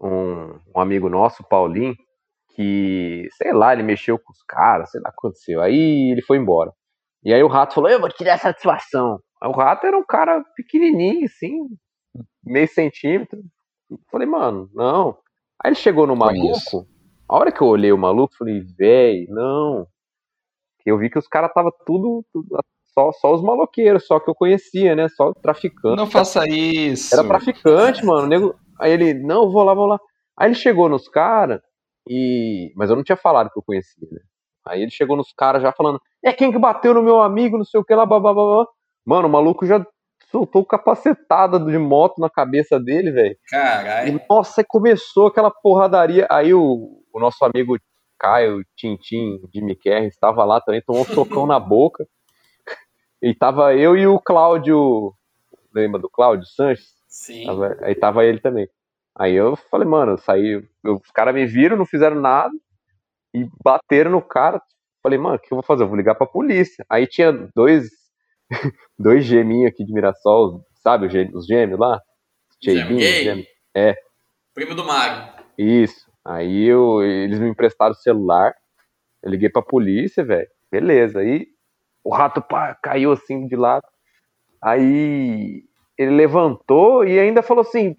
S6: um, um amigo nosso, o Paulinho, que, sei lá, ele mexeu com os caras, sei lá o que aconteceu. Aí ele foi embora. E aí o rato falou: Eu vou te dar satisfação. Aí o rato era um cara pequenininho, assim, meio centímetro. Eu Falei, mano, não. Aí ele chegou no
S2: Conheço.
S6: maluco. A hora que eu olhei o maluco, eu falei, véi, não. Eu vi que os caras tava tudo, tudo- só, só os maloqueiros, só que eu conhecia, né? Só traficante.
S2: Não faça isso.
S6: Era traficante, mano. o Nego... Aí ele, não, vou lá, vou lá. Aí ele chegou nos caras e. Mas eu não tinha falado que eu conhecia, né? Aí ele chegou nos caras já falando, é quem que bateu no meu amigo, não sei o que lá, blá, blá, blá, blá. Mano, o maluco já soltou capacetada de moto na cabeça dele, velho.
S1: Caralho.
S6: E, Nossa, aí começou aquela porradaria. Aí o, o nosso amigo Caio, Tintim, Jimmy Kerr, estava lá também, tomou um socão na boca. E tava eu e o Cláudio. Lembra do Cláudio Sanches?
S1: Sim.
S6: Tava- aí tava ele também. Aí eu falei, mano, eu saí. eu- os caras me viram, não fizeram nada. E bateram no cara. Falei, mano, o que eu vou fazer? Eu vou ligar pra polícia. Aí tinha dois. dois geminhos aqui de Mirassol, sabe? os gê- Os gêmeos lá?
S1: Gêmeo
S6: Cheirinho,
S1: gay?
S6: gêmeo. É.
S1: Primo do Mago.
S6: Isso. Aí eu, eles me emprestaram o celular. Eu liguei pra polícia, velho. Beleza. Aí o rato pá, caiu assim de lado. Aí ele levantou e ainda falou assim: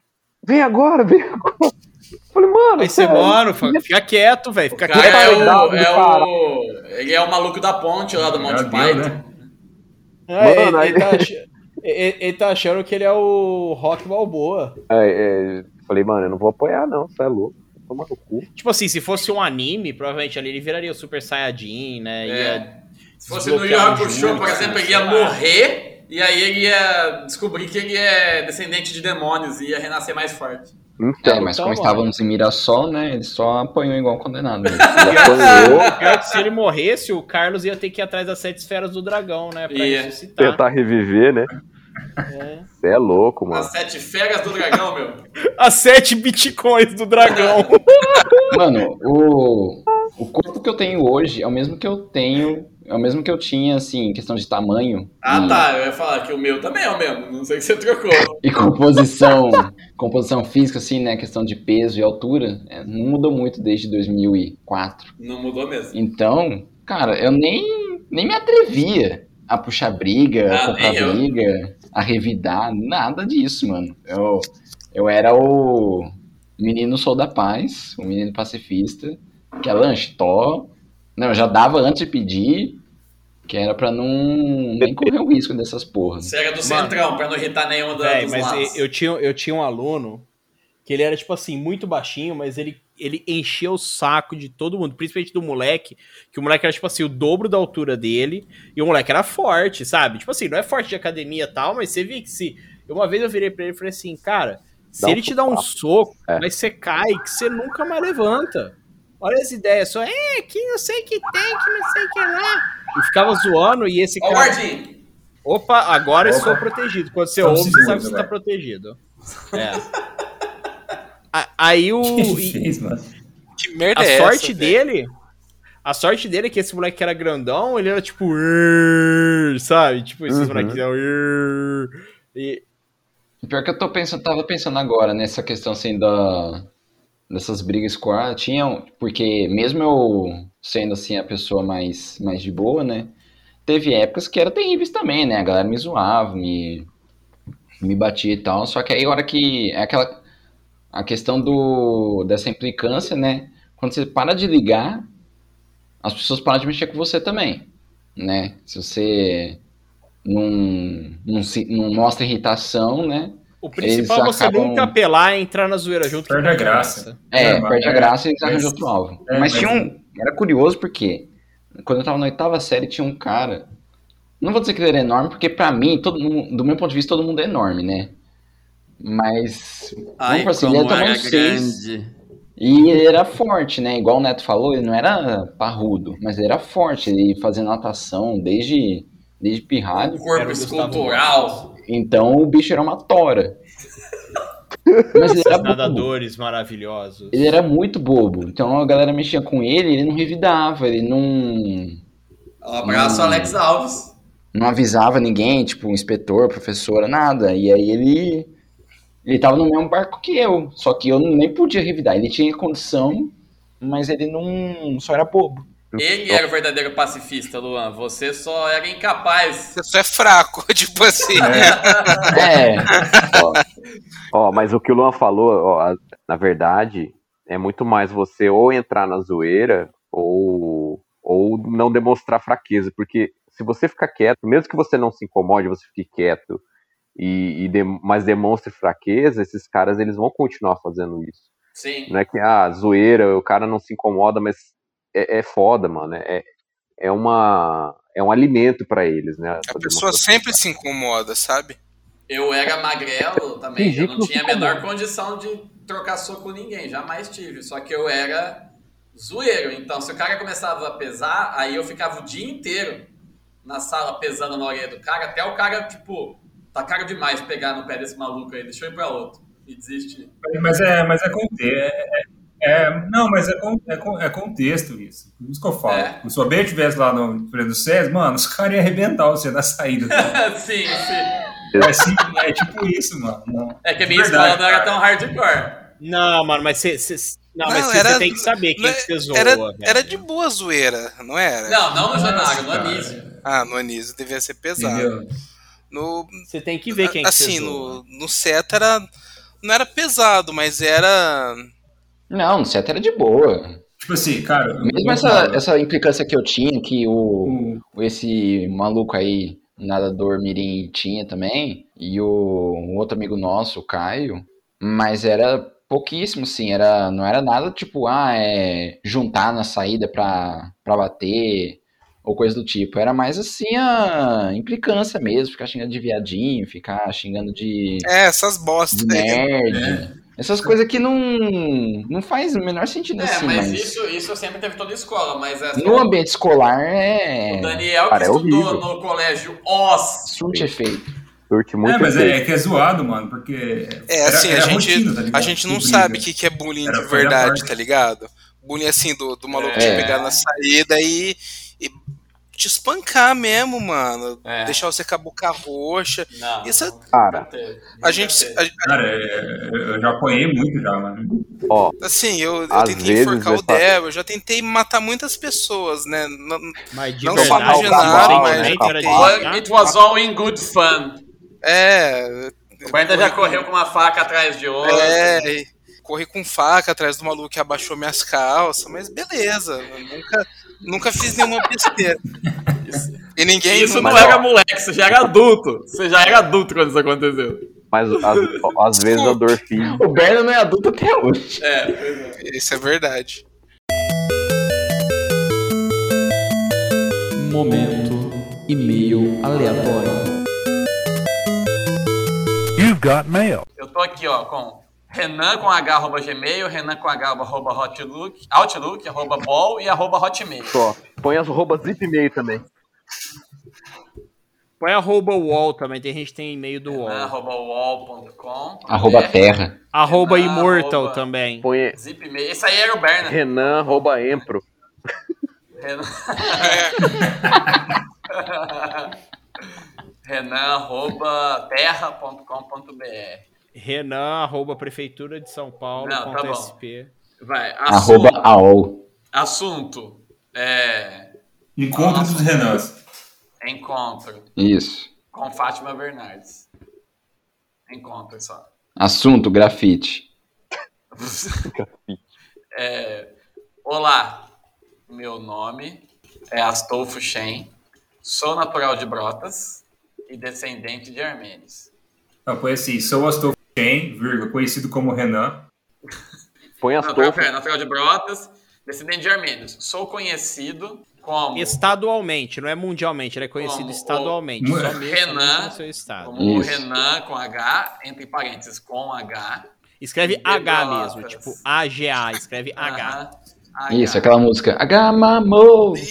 S6: vem agora, vem agora. Eu falei, mano.
S3: Aí você,
S6: cara,
S3: mano, fa- fica quieto, velho.
S1: O
S3: Fica
S1: cara
S3: quieto.
S1: é o,
S6: retardado,
S1: é o. Ele é o maluco da ponte lá do Monty
S5: Já deu, né?
S1: Python.
S3: É, ele-
S6: Mano,
S3: ele,
S6: aí-
S3: tá ach- e- ele- ele tá achando que ele é o Rock Balboa.
S6: é, é, falei, mano, eu não vou apoiar, não. Você é louco. Toma no cu.
S3: Tipo assim, se fosse um anime, provavelmente ali ele viraria o Super Saiyajin, né?
S1: É.
S3: Ia-
S1: Se fosse no
S3: Desbloquear
S1: York
S3: o
S1: Show, por
S3: Jutsu,
S1: exemplo, ele
S3: sei
S1: ia
S3: lá.
S1: morrer e aí ele ia descobrir que ele é descendente de demônios e ia renascer mais forte.
S6: Então,
S2: É, mas
S3: Então,
S2: como
S3: mano.
S2: estávamos em Mirassol, né? Ele só apanhou igual um condenado. mesmo.
S6: ele apanhou,
S3: Pior que se ele morresse, o Carlos ia ter que ir atrás das sete esferas do dragão, né? Pra
S1: Ia.
S3: ressuscitar.
S6: tentar reviver, né?
S3: É.
S6: Você é louco, mano.
S1: As sete feras do dragão, meu.
S3: As sete bitcoins do dragão.
S2: Mano, o, o corpo que eu tenho hoje é o mesmo que eu tenho, é o mesmo que eu tinha, assim, em questão de tamanho
S1: Ah
S2: e,
S1: tá, eu ia falar que o meu também é o mesmo, não sei o que você trocou.
S2: e composição, composição física, assim, né, questão de peso e altura, é, não mudou muito desde 2004.
S1: Não mudou mesmo.
S2: Então, cara, eu nem, nem me atrevia a puxar briga,
S1: Ah,
S2: a comprar
S1: nem eu.
S2: briga, a revidar, nada disso, mano. Eu, eu era o menino sou da paz, o menino pacifista, que é lanche, tó. Não, eu já dava antes de pedir, que era pra não nem correr o risco dessas porras.
S1: Você era do centrão, pra não irritar nenhum da,
S3: Véi,
S1: dos
S3: mas
S1: lados.
S3: e- eu tinha, eu tinha um aluno que ele era, tipo assim, muito baixinho, mas ele, ele encheu o saco de todo mundo, principalmente do moleque, que o moleque era, tipo assim, o dobro da altura dele, e o moleque era forte, sabe? Tipo assim, não é forte de academia e tal, mas você via que se... Uma vez eu virei pra ele e falei assim, cara, se
S6: Dá um
S3: ele te dá um
S6: soco.
S3: soco,
S6: É.
S3: mas você cai, que você nunca mais levanta. Olha as ideias, só, é, que não sei que tem, que não sei que lá. E ficava zoando, e esse
S1: Ó, o
S3: cara...
S1: guardinho.
S3: Opa, agora eu
S5: Opa.
S3: sou protegido. Quando você
S5: Só um
S3: ouve, você
S5: segundo
S3: sabe que você tá
S5: agora.
S3: protegido. É. A- Aí o.
S5: O que
S3: e-
S5: fez, mano?
S4: Que merda
S3: a
S4: é
S3: sorte
S4: essa? velho?
S3: dele. A sorte dele é que esse moleque que era grandão, ele era tipo. "Urr", Sabe? Tipo, esses
S6: Uhum.
S3: moleques. eram, "Urr". E,
S2: Pior que eu tô pensando, tava pensando agora nessa questão assim da dessas brigas com a tinham, porque mesmo eu sendo assim a pessoa mais mais de boa, né? Teve épocas que era terríveis também, né? A galera me zoava, me me batia e tal, só que aí a hora que é aquela a questão do dessa implicância, né? Quando você para de ligar, as pessoas param de mexer com você também, né? Se você não, não, se, não mostra irritação, né?
S3: o principal é
S2: Eles
S3: você
S2: acabam-
S3: nunca apelar e entrar na zoeira junto
S5: Perde a graça.
S2: É,
S5: É, mas-
S2: perde a
S5: é,
S2: graça e eles
S5: mas-
S2: arranjam outro alvo. mas
S5: é, mas-
S2: tinha um. Era curioso porque quando eu tava na oitava série tinha um cara. Não vou dizer que ele era enorme, porque pra mim, todo mundo, do meu ponto de vista, todo mundo é enorme, né? Mas.
S7: Ai,
S2: pra assim,
S7: como
S2: ele tomou
S7: era
S2: seis.
S7: grande.
S2: E ele era forte, né? Igual o Neto falou, ele não era parrudo, mas ele era forte. Ele fazia natação desde, desde pirralho.
S1: Um corpo
S3: Era o Gustavo
S1: escultural.
S2: Então o bicho era uma tora. Mas ele era bobo.
S3: Nadadores maravilhosos.
S2: Ele era muito bobo. Então a galera mexia com ele, ele não revidava, ele não,
S1: Um abraço, Alex Alves.
S2: não avisava ninguém, tipo, inspetor, professora, nada. E aí ele. Ele tava no mesmo barco que eu. Só que eu nem podia revidar. Ele tinha condição, mas ele não. só era bobo.
S1: Ele
S2: é
S1: era o verdadeiro pacifista, Luan. Você só era incapaz.
S4: Você só é fraco, tipo assim.
S2: É. Ó,
S6: Ó, mas o que o Luan falou, ó, a- na verdade, é muito mais você ou entrar na zoeira ou, ou não demonstrar fraqueza. Porque se você ficar quieto, mesmo que você não se incomode, você fique quieto, e, e dem- mas demonstre fraqueza, esses caras eles vão continuar fazendo isso.
S1: Sim.
S6: Não é que, ah, zoeira, o cara não se incomoda, mas é, é foda, mano. É, é, uma, é um alimento pra eles, né?
S4: A
S3: tá
S6: essa
S4: pessoa
S6: demonstração.
S4: sempre se incomoda, sabe?
S1: Eu era magrelo também,
S6: Fingi
S1: eu não
S6: que não
S1: tinha a
S6: ficou
S1: menor condição de trocar soco com ninguém, jamais tive. Só que eu era zoeiro, então se o cara começava a pesar, aí eu ficava o dia inteiro na sala pesando na orelha do cara, até o cara, tipo, tá caro demais pegar no pé desse maluco aí, deixa eu ir pra outro. E desiste.
S5: Mas é, mas é contexto. É, é- não, mas é, con- é, con- é contexto isso. Por isso que eu falo.
S1: É.
S5: Se o Abel estivesse lá no Freio do César, mano, os caras iam arrebentar você na saída.
S1: sim, sim.
S5: é, assim, é tipo isso, mano. Não.
S1: É que a minha
S5: Verdade,
S1: escola não era
S5: cara.
S1: tão hardcore.
S3: Não, mano, mas você. Não, mas
S4: Não,
S3: cê-
S4: era-
S3: cê tem que saber quem
S4: não,
S3: que você zoa,
S4: Era,
S3: velho.
S4: era de boa zoeira, não era?
S1: Não, não no Janaro, no
S5: cara.
S1: Anísio.
S4: Ah, no Anísio devia ser pesado.
S5: Entendeu?
S4: No,
S3: Você tem que ver quem
S4: assim,
S3: que você zoa.
S4: no, no Seta era. Não era pesado, mas era.
S2: Não, no set era de boa.
S5: Tipo assim, cara.
S2: Mesmo
S5: eu-
S2: essa, essa implicância que eu tinha, que o,
S5: o-
S2: esse maluco aí, nadador mirim, tinha também, e o um outro amigo nosso, o Caio, mas era pouquíssimo, sim, era, não era nada tipo, ah, é juntar na saída pra, pra bater, ou coisa do tipo, era mais assim a implicância mesmo, ficar xingando de viadinho, ficar xingando de,
S4: É, essas
S2: de
S4: bostas aí.
S5: é,
S1: né?
S2: nerd, essas coisas que não, não faz o menor sentido
S1: É,
S2: assim,
S1: mas
S2: mas...
S1: isso, isso sempre teve toda a escola, mas essa
S2: No ambiente escolar é.
S1: O Daniel, que
S6: Cara, é
S1: estudou
S6: horrível.
S1: no colégio Oz.
S2: Surte efeito.
S6: Curte muito
S5: É, mas é,
S6: efeito.
S5: é que é zoado, mano, porque.
S4: É, assim, a gente-
S5: tá ligado?
S4: A gente não
S5: Que
S4: sabe o
S5: briga.
S4: que, que é bullying
S5: Era
S4: de
S5: fazer a
S4: verdade,
S5: parte.
S4: tá ligado? Bullying assim, do, do maluco te
S2: É.
S4: pegar na saída e, e te espancar mesmo, mano.
S1: É.
S4: Deixar você com a boca roxa.
S1: Não.
S4: Isso- é
S1: nunca
S6: Cara,
S1: teve, nunca
S4: A gente.
S1: teve.
S4: a-
S5: Cara, é- eu já apanhei muito já, mano.
S6: ó,
S4: assim, eu, eu
S6: Às
S4: tentei
S6: vezes,
S4: enforcar o
S6: Verstappen.
S4: Débora, eu já tentei matar muitas pessoas, né? Não,
S3: Mas de
S4: não
S6: só
S3: verdade,
S6: pra
S3: você
S6: Genaro,
S3: tem
S6: mas-
S3: nem cara é de
S6: Capaz.
S3: matar?
S1: But It was all in good fun.
S4: é.
S1: O Brenda já correu com uma faca atrás de outra.
S4: É, e corri com faca atrás do maluco que abaixou minhas calças, mas beleza, eu nunca, nunca fiz nenhuma besteira. E ninguém.
S1: Isso não é
S6: Mas,
S1: era
S6: ó.
S1: moleque, você já era adulto. Você já era adulto quando isso aconteceu.
S6: Mas às, às vezes a dor física.
S2: O Berna não é adulto até hoje.
S1: É.
S4: Isso é verdade.
S7: Momento e-mail aleatório.
S8: You've got mail.
S1: Eu tô aqui, ó, com Renan com H arroba Gmail, Renan com H arroba Outlook, Outlook, arroba Ball e arroba Hotmail.
S6: Só. Põe as roubas zip e-mail também.
S3: Põe arroba wall também, tem gente que tem e-mail do wall.
S1: É, Renan, Né, arroba wall.com.
S2: Arroba terra.
S3: Arroba
S1: Renan,
S3: immortal
S1: arroba-
S3: também.
S6: Põe
S1: É, Zip e-mail. Esse aí era o Berna.
S6: Renan rouba Empro.
S1: Renan. Renan, arroba terra.com.br.
S3: Renan, arroba prefeitura de São Paulo,
S1: Não, tá
S3: ponto
S1: bom.
S3: SP.
S1: Vai, assunto.
S2: Arroba AOL.
S1: assunto é,
S5: Encontro dos Renans.
S1: encontro
S2: Isso.
S1: com Fátima Bernardes. Encontro só.
S2: Assunto, grafite.
S1: É, olá, meu nome é Astolfo Shen, sou natural de Brotas e descendente de armênios.
S5: Ah, põe assim, sou Astolfo Chen, vírgula, conhecido como Renan.
S6: Põe as
S1: Não, pera,
S6: tofas.
S1: pera, natural de Brotas, descendente de armênios. Sou conhecido como
S3: Estadualmente, não é mundialmente, ele é conhecido
S1: Como o-
S3: estadualmente.
S5: Mu-
S3: Só mesmo
S1: Renan-
S3: no seu estado.
S1: Como o
S2: Isso.
S1: Renan com H, entre parênteses, com H.
S3: Escreve
S1: De
S3: H
S1: Pelotas.
S3: mesmo, tipo A-G-A, escreve H.
S1: Aham, H.
S2: Isso, aquela música. Agamamo.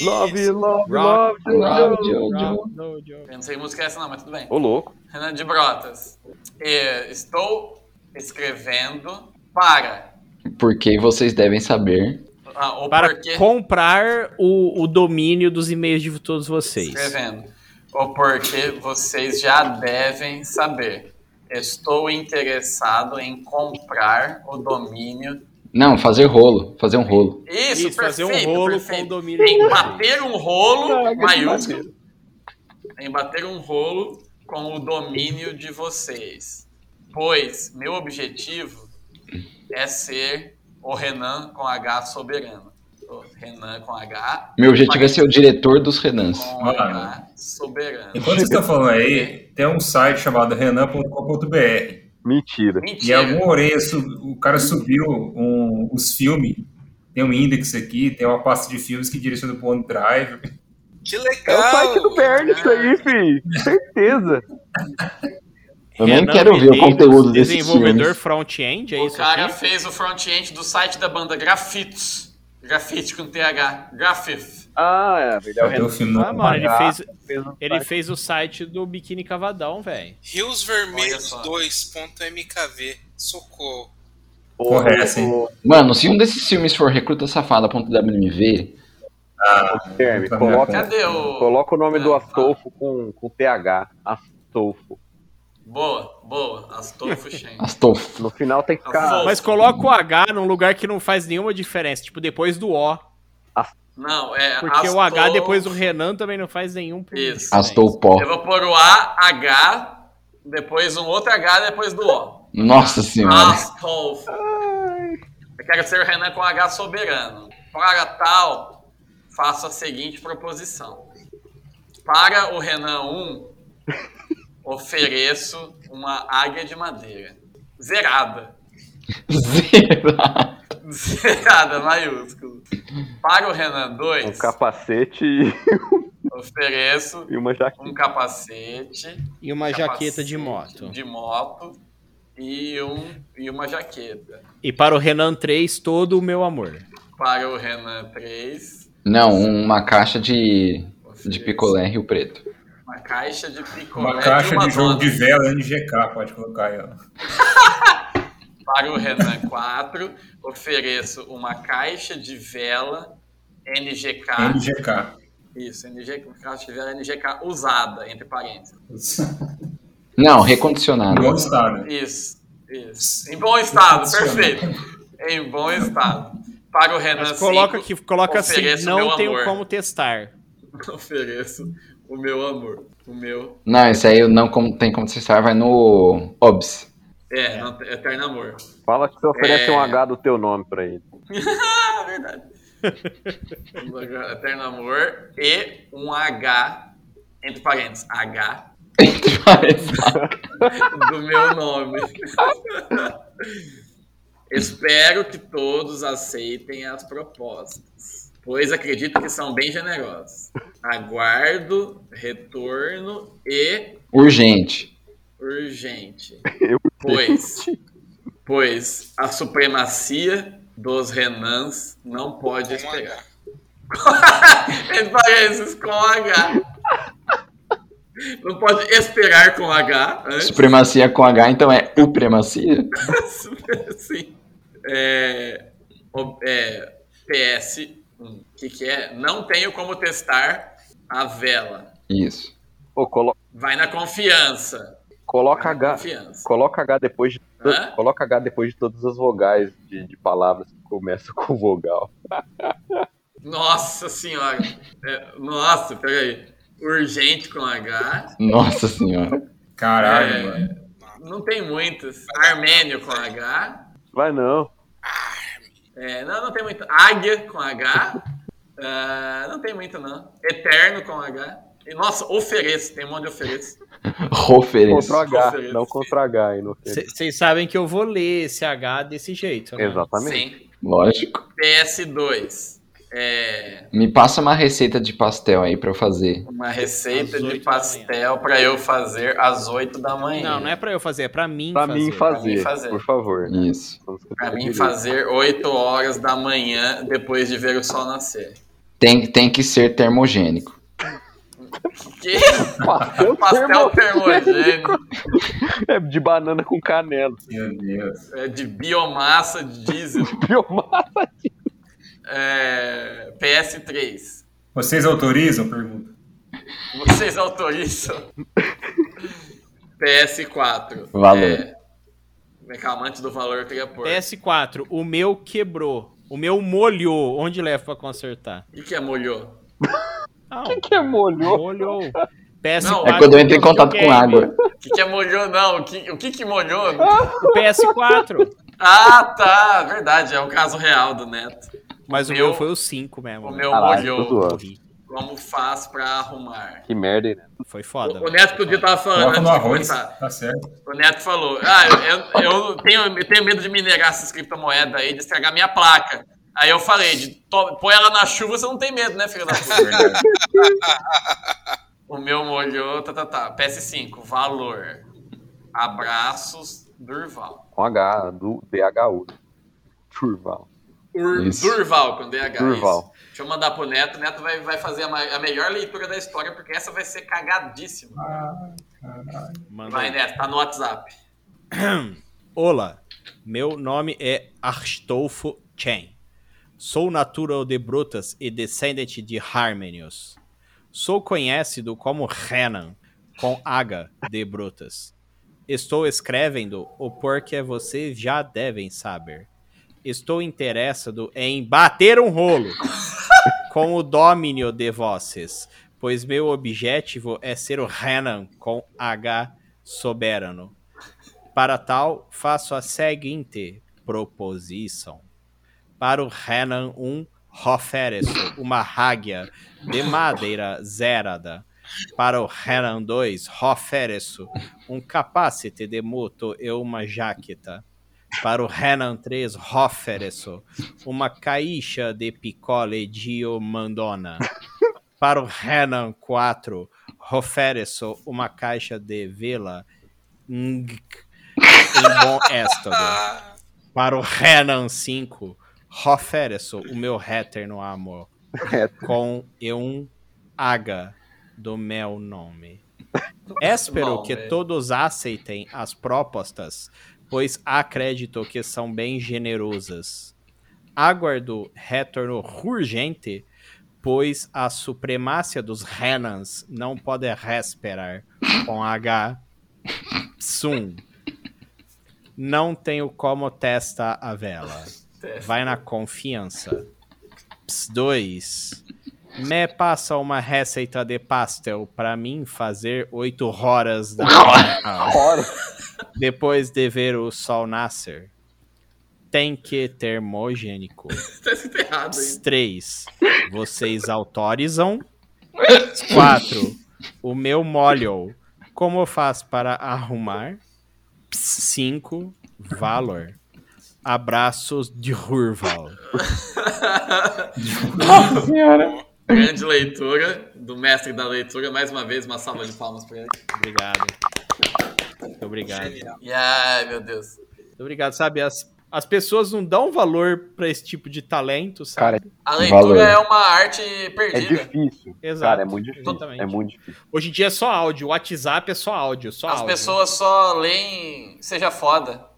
S6: Love, love,
S3: Rock,
S6: love.
S2: Love, Jojo.
S3: Rock, no, Joe.
S1: Eu não sei que música é essa não, mas tudo bem.
S6: Ô louco.
S1: Renan de Brotas. Eh, Estou escrevendo para.
S2: Porque vocês devem saber.
S1: Ah, ou
S3: Para
S1: porque
S3: comprar o, o domínio dos e-mails de todos vocês.
S1: escrevendo. Ou porque vocês já devem saber. Estou interessado em comprar o domínio.
S2: Não, fazer rolo. Fazer um rolo.
S1: Isso,
S3: Isso, fazer um
S1: perfeito,
S3: rolo
S1: perfeito.
S3: com o domínio.
S1: Em bater um rolo
S2: Caraca,
S1: maiúsculo. Em bater um rolo com o domínio de vocês. Pois meu objetivo é ser o Renan com H soberano. O Renan com H.
S2: Meu objetivo é ser o diretor dos Renans.
S1: Com
S5: Mano.
S1: H soberano.
S5: Enquanto você está falando aí, tem um site chamado renan.com.br.
S6: Mentira.
S5: E
S2: é
S1: Mentira.
S5: alguma orelha, su- o cara subiu um- os filmes. Tem um index aqui, tem uma pasta de filmes que direciona pro OneDrive.
S4: Que
S6: É o
S4: legal!
S6: site do Bernie isso
S1: É.
S6: aí, fi. Certeza.
S2: Eu nem
S3: Renan
S2: quero ver o
S3: Medeiros,
S2: conteúdo desses
S3: Desenvolvedor
S2: filmes.
S3: front-end, é
S1: O
S3: isso
S1: cara
S3: aqui?
S1: fez o front-end do site da banda Grafitos. Grafite com TH. Grafith.
S6: Ah, é, velho. É o
S5: Cadê o filme
S3: Ah,
S5: no-
S3: mano, ele fez,
S6: Renan.
S3: ele fez o site do Biquíni Cavadão, velho.
S1: Olha só.
S4: riosvermelhos2.mkv. Socorro.
S5: Correto, sim.
S2: Mano, se um desses filmes for recrutasafada.wmv,
S6: Guilherme, coloca,
S1: Cadê o-
S6: coloca o nome do
S1: Ah,
S6: Astolfo com, com TH. Astolfo.
S1: Boa, boa. Astolfo Shen.
S2: Astolfo.
S6: No final tem que ficar
S1: Astolfo.
S3: Mas coloca o H num lugar que não faz nenhuma diferença, tipo depois do O.
S1: Não, é.
S3: Porque o H depois do Renan também não faz nenhum.
S1: Isso.
S2: Astolpó.
S1: Eu vou pôr o A, H, depois um outro H, depois do O.
S2: Nossa
S1: Ah.
S2: senhora.
S1: Astolfo. Eu quero ser o Renan com H soberano. Para tal, faço a seguinte proposição. Para o Renan 1, ofereço uma águia de madeira. Zerada.
S2: Zerado.
S1: Zerada, maiúsculo. Para o Renan 2,
S6: um capacete e,
S1: ofereço
S6: e uma jaqueta.
S1: um capacete.
S3: E uma
S1: capacete
S3: jaqueta de moto.
S1: De moto e, um, e uma jaqueta.
S3: E para o Renan 3, todo o meu amor.
S1: Para o Renan 3,
S2: Não, uma caixa de, de picolé Rio Preto.
S1: uma caixa de picolé
S3: é
S5: Uma caixa
S1: e uma
S5: de jogo
S1: dona.
S5: de vela NGK, pode colocar aí, ó.
S1: Para o Renan 4, ofereço uma caixa de vela NGK.
S5: NGK.
S1: Isso, NGK, caixa de vela NGK usada, entre parênteses.
S2: Não, recondicionado.
S5: Igual está, né?
S1: Isso, isso. Em bom estado, perfeito. Em bom estado. Para o Renan
S3: Mas
S1: 5,
S3: coloca aqui, coloca assim,
S1: ofereço meu
S3: não tenho
S1: amor.
S3: como testar.
S1: ofereço o meu amor. O meu.
S2: Não, isso aí eu não como- tem como testar, vai no OBS.
S1: É, não- eterno amor.
S6: Fala que você oferece
S1: É.
S6: um H do teu nome pra ele.
S1: Ah, verdade. Eterno amor e um H, entre parênteses, H,
S2: Entre parênteses.
S1: do meu nome. Espero que todos aceitem as propostas, pois acredito que são bem generosas. Aguardo retorno e
S2: Urgente.
S1: urgente. Pois, pois a supremacia dos Renans não pode
S4: Com
S1: esperar.
S4: H.
S1: Entre parênteses, com H. Não pode esperar com H antes.
S2: Supremacia com H, então é supremacia?
S1: Sim. É, o- é, PS1. O que, que é? Não tenho como testar a vela.
S2: Isso.
S6: Pô, colo-
S1: Vai na confiança.
S6: coloca
S1: Vai na
S6: H.
S1: confiança.
S6: Coloca H depois de. to-
S1: Hã?
S6: Coloca H depois de todas as vogais de, de palavras que começam com vogal.
S1: Nossa senhora. É, nossa, peraí. Urgente com H.
S2: Nossa senhora.
S5: Caralho,
S1: É.
S5: mano.
S1: Não tem muitas. Armênio com H.
S6: Vai não.
S1: É, não, não tem muito. Águia com H. Ah, não tem muito, não. Eterno com H. E, nossa, ofereço. Tem um monte de ofereço.
S2: Rofereço.
S6: Contra o H,
S1: Ofereço.
S6: não contra H, hein, não ofereço.
S3: Vocês sabem que eu vou ler esse H desse jeito, né?
S6: Exatamente.
S1: Sim.
S2: Lógico.
S1: PS2. É,
S2: Me passa uma receita de pastel aí pra eu fazer.
S1: uma receita
S3: Às
S1: de
S3: oito da
S1: pastel para eu fazer às 8 da manhã.
S3: Não, não é pra eu fazer, é pra mim
S6: Pra
S3: fazer.
S6: mim fazer,
S1: mim fazer.
S6: por favor. Né?
S2: Isso.
S6: Vamos escutar
S1: Pra mim
S6: direito.
S1: fazer 8 horas da manhã depois de ver o sol nascer.
S2: Tem, tem que ser termogênico.
S1: Que
S6: Pastel,
S1: pastel termogênico né?
S6: É de banana com canela.
S5: Meu Deus.
S1: é, de biomassa de diesel.
S6: Biomassa.
S1: É, PS3.
S5: Vocês autorizam? Pergunta.
S1: Vocês autorizam? PS4.
S2: Valor.
S1: É, calma, antes do valor eu queria pôr.
S3: PS4, o meu quebrou. O meu molhou. Onde leva pra consertar?
S1: O que que é molhou?
S3: Ah,
S6: O que é molho?
S3: molhou. PS4,
S1: Não,
S2: É quando eu entro em contato com água.
S1: O que que é molhou não? O que o que, que molhou?
S3: O PS4.
S1: Ah, tá, verdade, é o caso real do Neto.
S3: Mas o
S1: Meu-
S3: meu foi o 5 mesmo.
S1: O
S3: né?
S1: meu
S6: Caralho, tô
S1: molhou.
S6: zoando.
S3: Corri.
S1: Como faz pra arrumar?
S6: Que merda, hein? né?
S3: Foi foda.
S1: O, o
S3: velho.
S1: Neto que o dia tava falando
S5: Coloca no
S1: antes de
S5: arroz.
S1: começar.
S5: Tá certo.
S1: O Neto falou: Ah, eu, eu- eu tenho, eu tenho medo de minerar essas criptomoedas aí, de estragar minha placa. Aí eu falei: de, to- põe ela na chuva, você não tem medo, né, filho da puta?
S5: Verdade.
S1: o meu molhou, tá, tá, tá. PS5, valor. Abraços, Durval.
S6: Com H, do DHU. Turval.
S1: Ur-
S2: Isso.
S1: Durval, com DH.
S6: Durval.
S1: isso. Deixa eu mandar pro Neto. O Neto vai, vai fazer a, ma- a melhor leitura da história, porque essa vai ser cagadíssima.
S3: Manda
S1: Vai,
S3: aí.
S1: Neto, tá no WhatsApp.
S3: Olá, meu nome é Arstolfo Chen. Sou natural de Brutas e descendente de Harmenius. Sou conhecido como Renan, com H de Brutas. Estou escrevendo o porque vocês já devem saber. Estou interessado em bater um rolo com o domínio de vocês, pois meu objetivo é ser o Renan com H soberano. Para tal, faço a seguinte proposição. Para o Renan, um Hofereso, uma ráguia de madeira zerada. Para o Renan 2, Hofereso, um capacete de moto e uma jaqueta. Para o Renan 3, Hofereso, uma caixa de picole diomandona. Para o Renan 4, Hofereso, uma caixa de vela Ng- em um bom êxtase.
S4: Ah,
S3: Para o Renan 5, Rofereso, o meu hater no amor. Com e um H do meu nome. Espero
S1: Bom,
S3: que
S1: velho.
S3: todos aceitem as propostas, pois acredito que são bem generosas. Aguardo retorno urgente, pois a supremacia dos Renans não pode esperar com H. Sum. Não tenho como testar a vela. Vai na confiança. Ps, dois. Me passa uma receita de pastel pra mim fazer oito horas da manhã,
S6: Fora.
S3: depois de ver o sol nascer. Tem que termogênico.
S1: Tá escrito errado, hein?
S3: 3. Vocês autorizam. 4. O meu molho. Como eu faço para arrumar? 5. Valor. Abraços de Rurval.
S1: Grande leitura do mestre da leitura. Mais uma vez, uma salva de palmas pra ele.
S3: Obrigado. Muito obrigado. Muito
S4: genial.
S1: E, ai, meu Deus.
S3: obrigado. Sabe, as, as pessoas não dão valor para esse tipo de talento,
S6: Cara,
S3: sabe?
S1: A leitura
S2: Valeu.
S1: é uma arte
S6: É
S1: perdida.
S6: difícil.
S3: Exato.
S6: Cara, é muito difícil.
S3: Exatamente.
S6: É muito difícil.
S3: Hoje em dia é só áudio. O WhatsApp é só áudio. Só
S1: As
S3: áudio.
S1: pessoas só leem Seja Foda.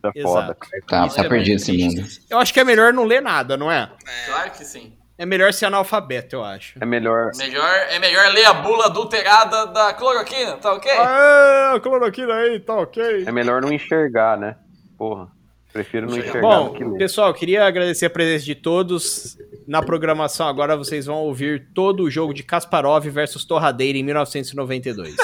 S6: Tá
S3: Exato.
S6: foda.
S2: Tá,
S3: Isso
S2: tá
S3: é
S2: perdido
S3: muito
S2: esse
S3: triste.
S2: mundo.
S3: Eu acho que é melhor não ler nada, não é?
S1: Claro que sim.
S3: É melhor ser analfabeto, eu acho.
S6: É melhor.
S1: Melhor, é melhor ler a bula adulterada da cloroquina, tá ok?
S6: Ah.
S3: Aê, a cloroquina aí, tá ok.
S6: É melhor não enxergar, né? Porra. Prefiro não
S1: Enxergar.
S6: enxergar do que
S3: Bom,
S6: ler.
S3: pessoal, queria agradecer a presença de todos. Na programação agora vocês vão ouvir todo o jogo de Kasparov versus Torradeira em 1992.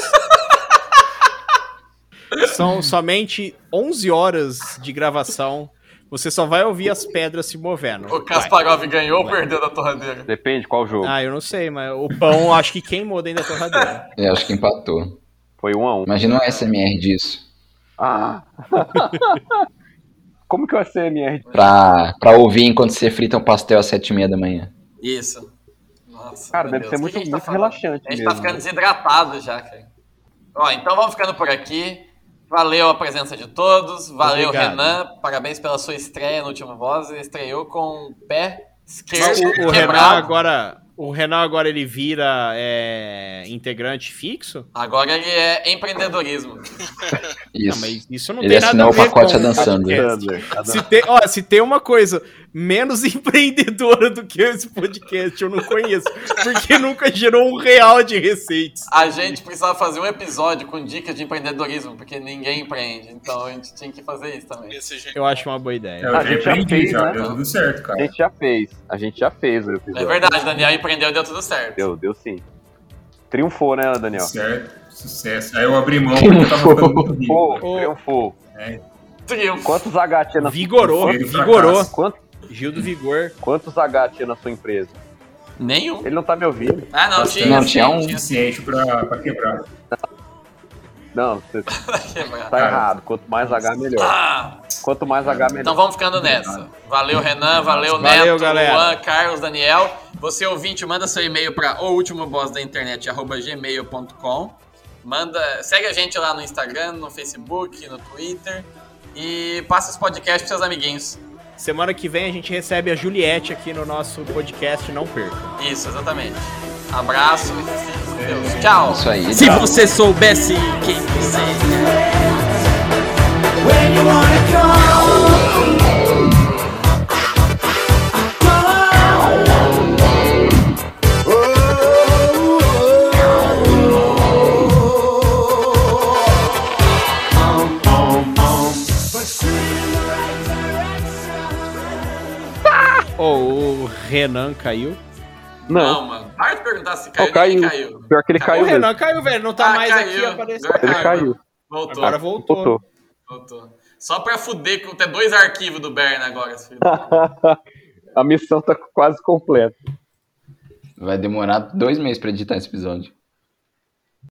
S3: São somente 11 horas de gravação. Você só vai ouvir as pedras se movendo.
S1: O Kasparov ganhou ou perdeu da torradeira?
S6: Depende qual jogo.
S3: Ah, eu não sei, mas o pão acho que queimou dentro da torradeira.
S2: Eu acho que empatou.
S6: Foi um a um.
S2: Imagina um SMR disso.
S6: Ah! Como que eu sei, MR?
S2: Pra, pra ouvir enquanto você frita um pastel às sete e meia da manhã.
S1: Isso. Nossa,
S6: Cara,
S1: meu
S6: deve
S1: Deus.
S6: ser
S1: O que
S6: muito,
S1: que a gente tá
S6: muito
S1: falando?
S6: relaxante
S1: A gente
S6: mesmo.
S1: tá ficando desidratado já, cara. Ó, então vamos ficando por aqui. Valeu a presença de todos. Valeu,
S3: Obrigado.
S1: Renan. Parabéns pela sua estreia no último Voz. Estreou com o pé esquerdo
S3: Mas o, o Renan
S1: quebrado.
S3: agora. O Renan agora ele vira é, integrante fixo?
S1: Agora ele é empreendedorismo.
S3: Não,
S2: Isso.
S3: mas isso não
S2: Ele
S3: tem nada
S2: assinou
S3: a
S2: o
S3: ver
S2: pacote
S3: com
S2: Adam Sandler.
S3: Se tem, ó, se tem uma coisa menos empreendedora do que esse podcast, eu não conheço. Porque nunca gerou um real de receitas.
S1: A gente precisava fazer um episódio com dicas de empreendedorismo, porque ninguém empreende. Então a gente tinha que fazer isso também.
S4: Esse é jeito.
S3: Eu acho uma boa ideia.
S5: É, Eu
S6: A
S5: já
S6: gente já
S5: aprendi
S6: fez,
S5: já,
S6: né?
S5: deu tudo certo,
S6: A
S5: cara.
S6: gente já fez. A gente já fez o episódio.
S1: É verdade, Daniel empreendeu e deu tudo certo.
S6: Deu, deu sim. Triunfou, né, Daniel?
S5: Certo, sucesso. Aí eu abri mão porque eu tava ficando muito rico. né?
S6: Pô, triunfou.
S1: Triunfo.
S6: Quantos H tinha na
S3: Vigorou,
S5: Ele
S3: vigorou.
S5: fracassa.
S6: Quantos,
S3: Gil do Vigor.
S6: quantos H tinha é na sua empresa?
S1: Nenhum.
S6: Ele não tá me ouvindo.
S1: Ah, não, tinha.
S2: Não, tinha um.
S5: Suficiente pra, pra quebrar.
S6: Não, você tá
S1: Quebrar.
S6: errado. Quanto mais H, melhor.
S1: Ah,
S6: Quanto mais H, melhor.
S1: então vamos ficando nessa. Valeu, Renan. Valeu,
S3: Valeu,
S1: Neto,
S3: galera.
S1: Luan, Carlos, Daniel. Você ouvinte, manda seu e-mail para o último boss da internet, arroba gmail.com. Manda, segue a gente lá no Instagram, no Facebook, no Twitter. E passa os podcasts pros seus amiguinhos.
S3: Semana que vem a gente recebe a Juliette aqui no nosso podcast, não perca.
S1: Isso, exatamente. Abraço e fique com Deus. Tchau.
S2: Isso aí.
S1: Se você soubesse quem você é.
S3: Ou o Renan caiu.
S6: Não,
S1: mano. Para de perguntar se caiu.
S6: Não, caiu.
S1: Ninguém caiu.
S6: pior que ele
S3: o
S6: caiu mesmo.
S3: Renan caiu, velho. Não tá
S1: Ah,
S3: mais
S1: caiu.
S3: aqui aparecendo.
S1: Verdade.
S6: Ele caiu.
S1: Voltou.
S3: Agora voltou.
S6: Voltou.
S1: voltou. Só pra fuder com ter dois arquivos do Berna agora. esse filho.
S6: A missão tá quase completa.
S2: Vai demorar dois meses pra editar esse episódio.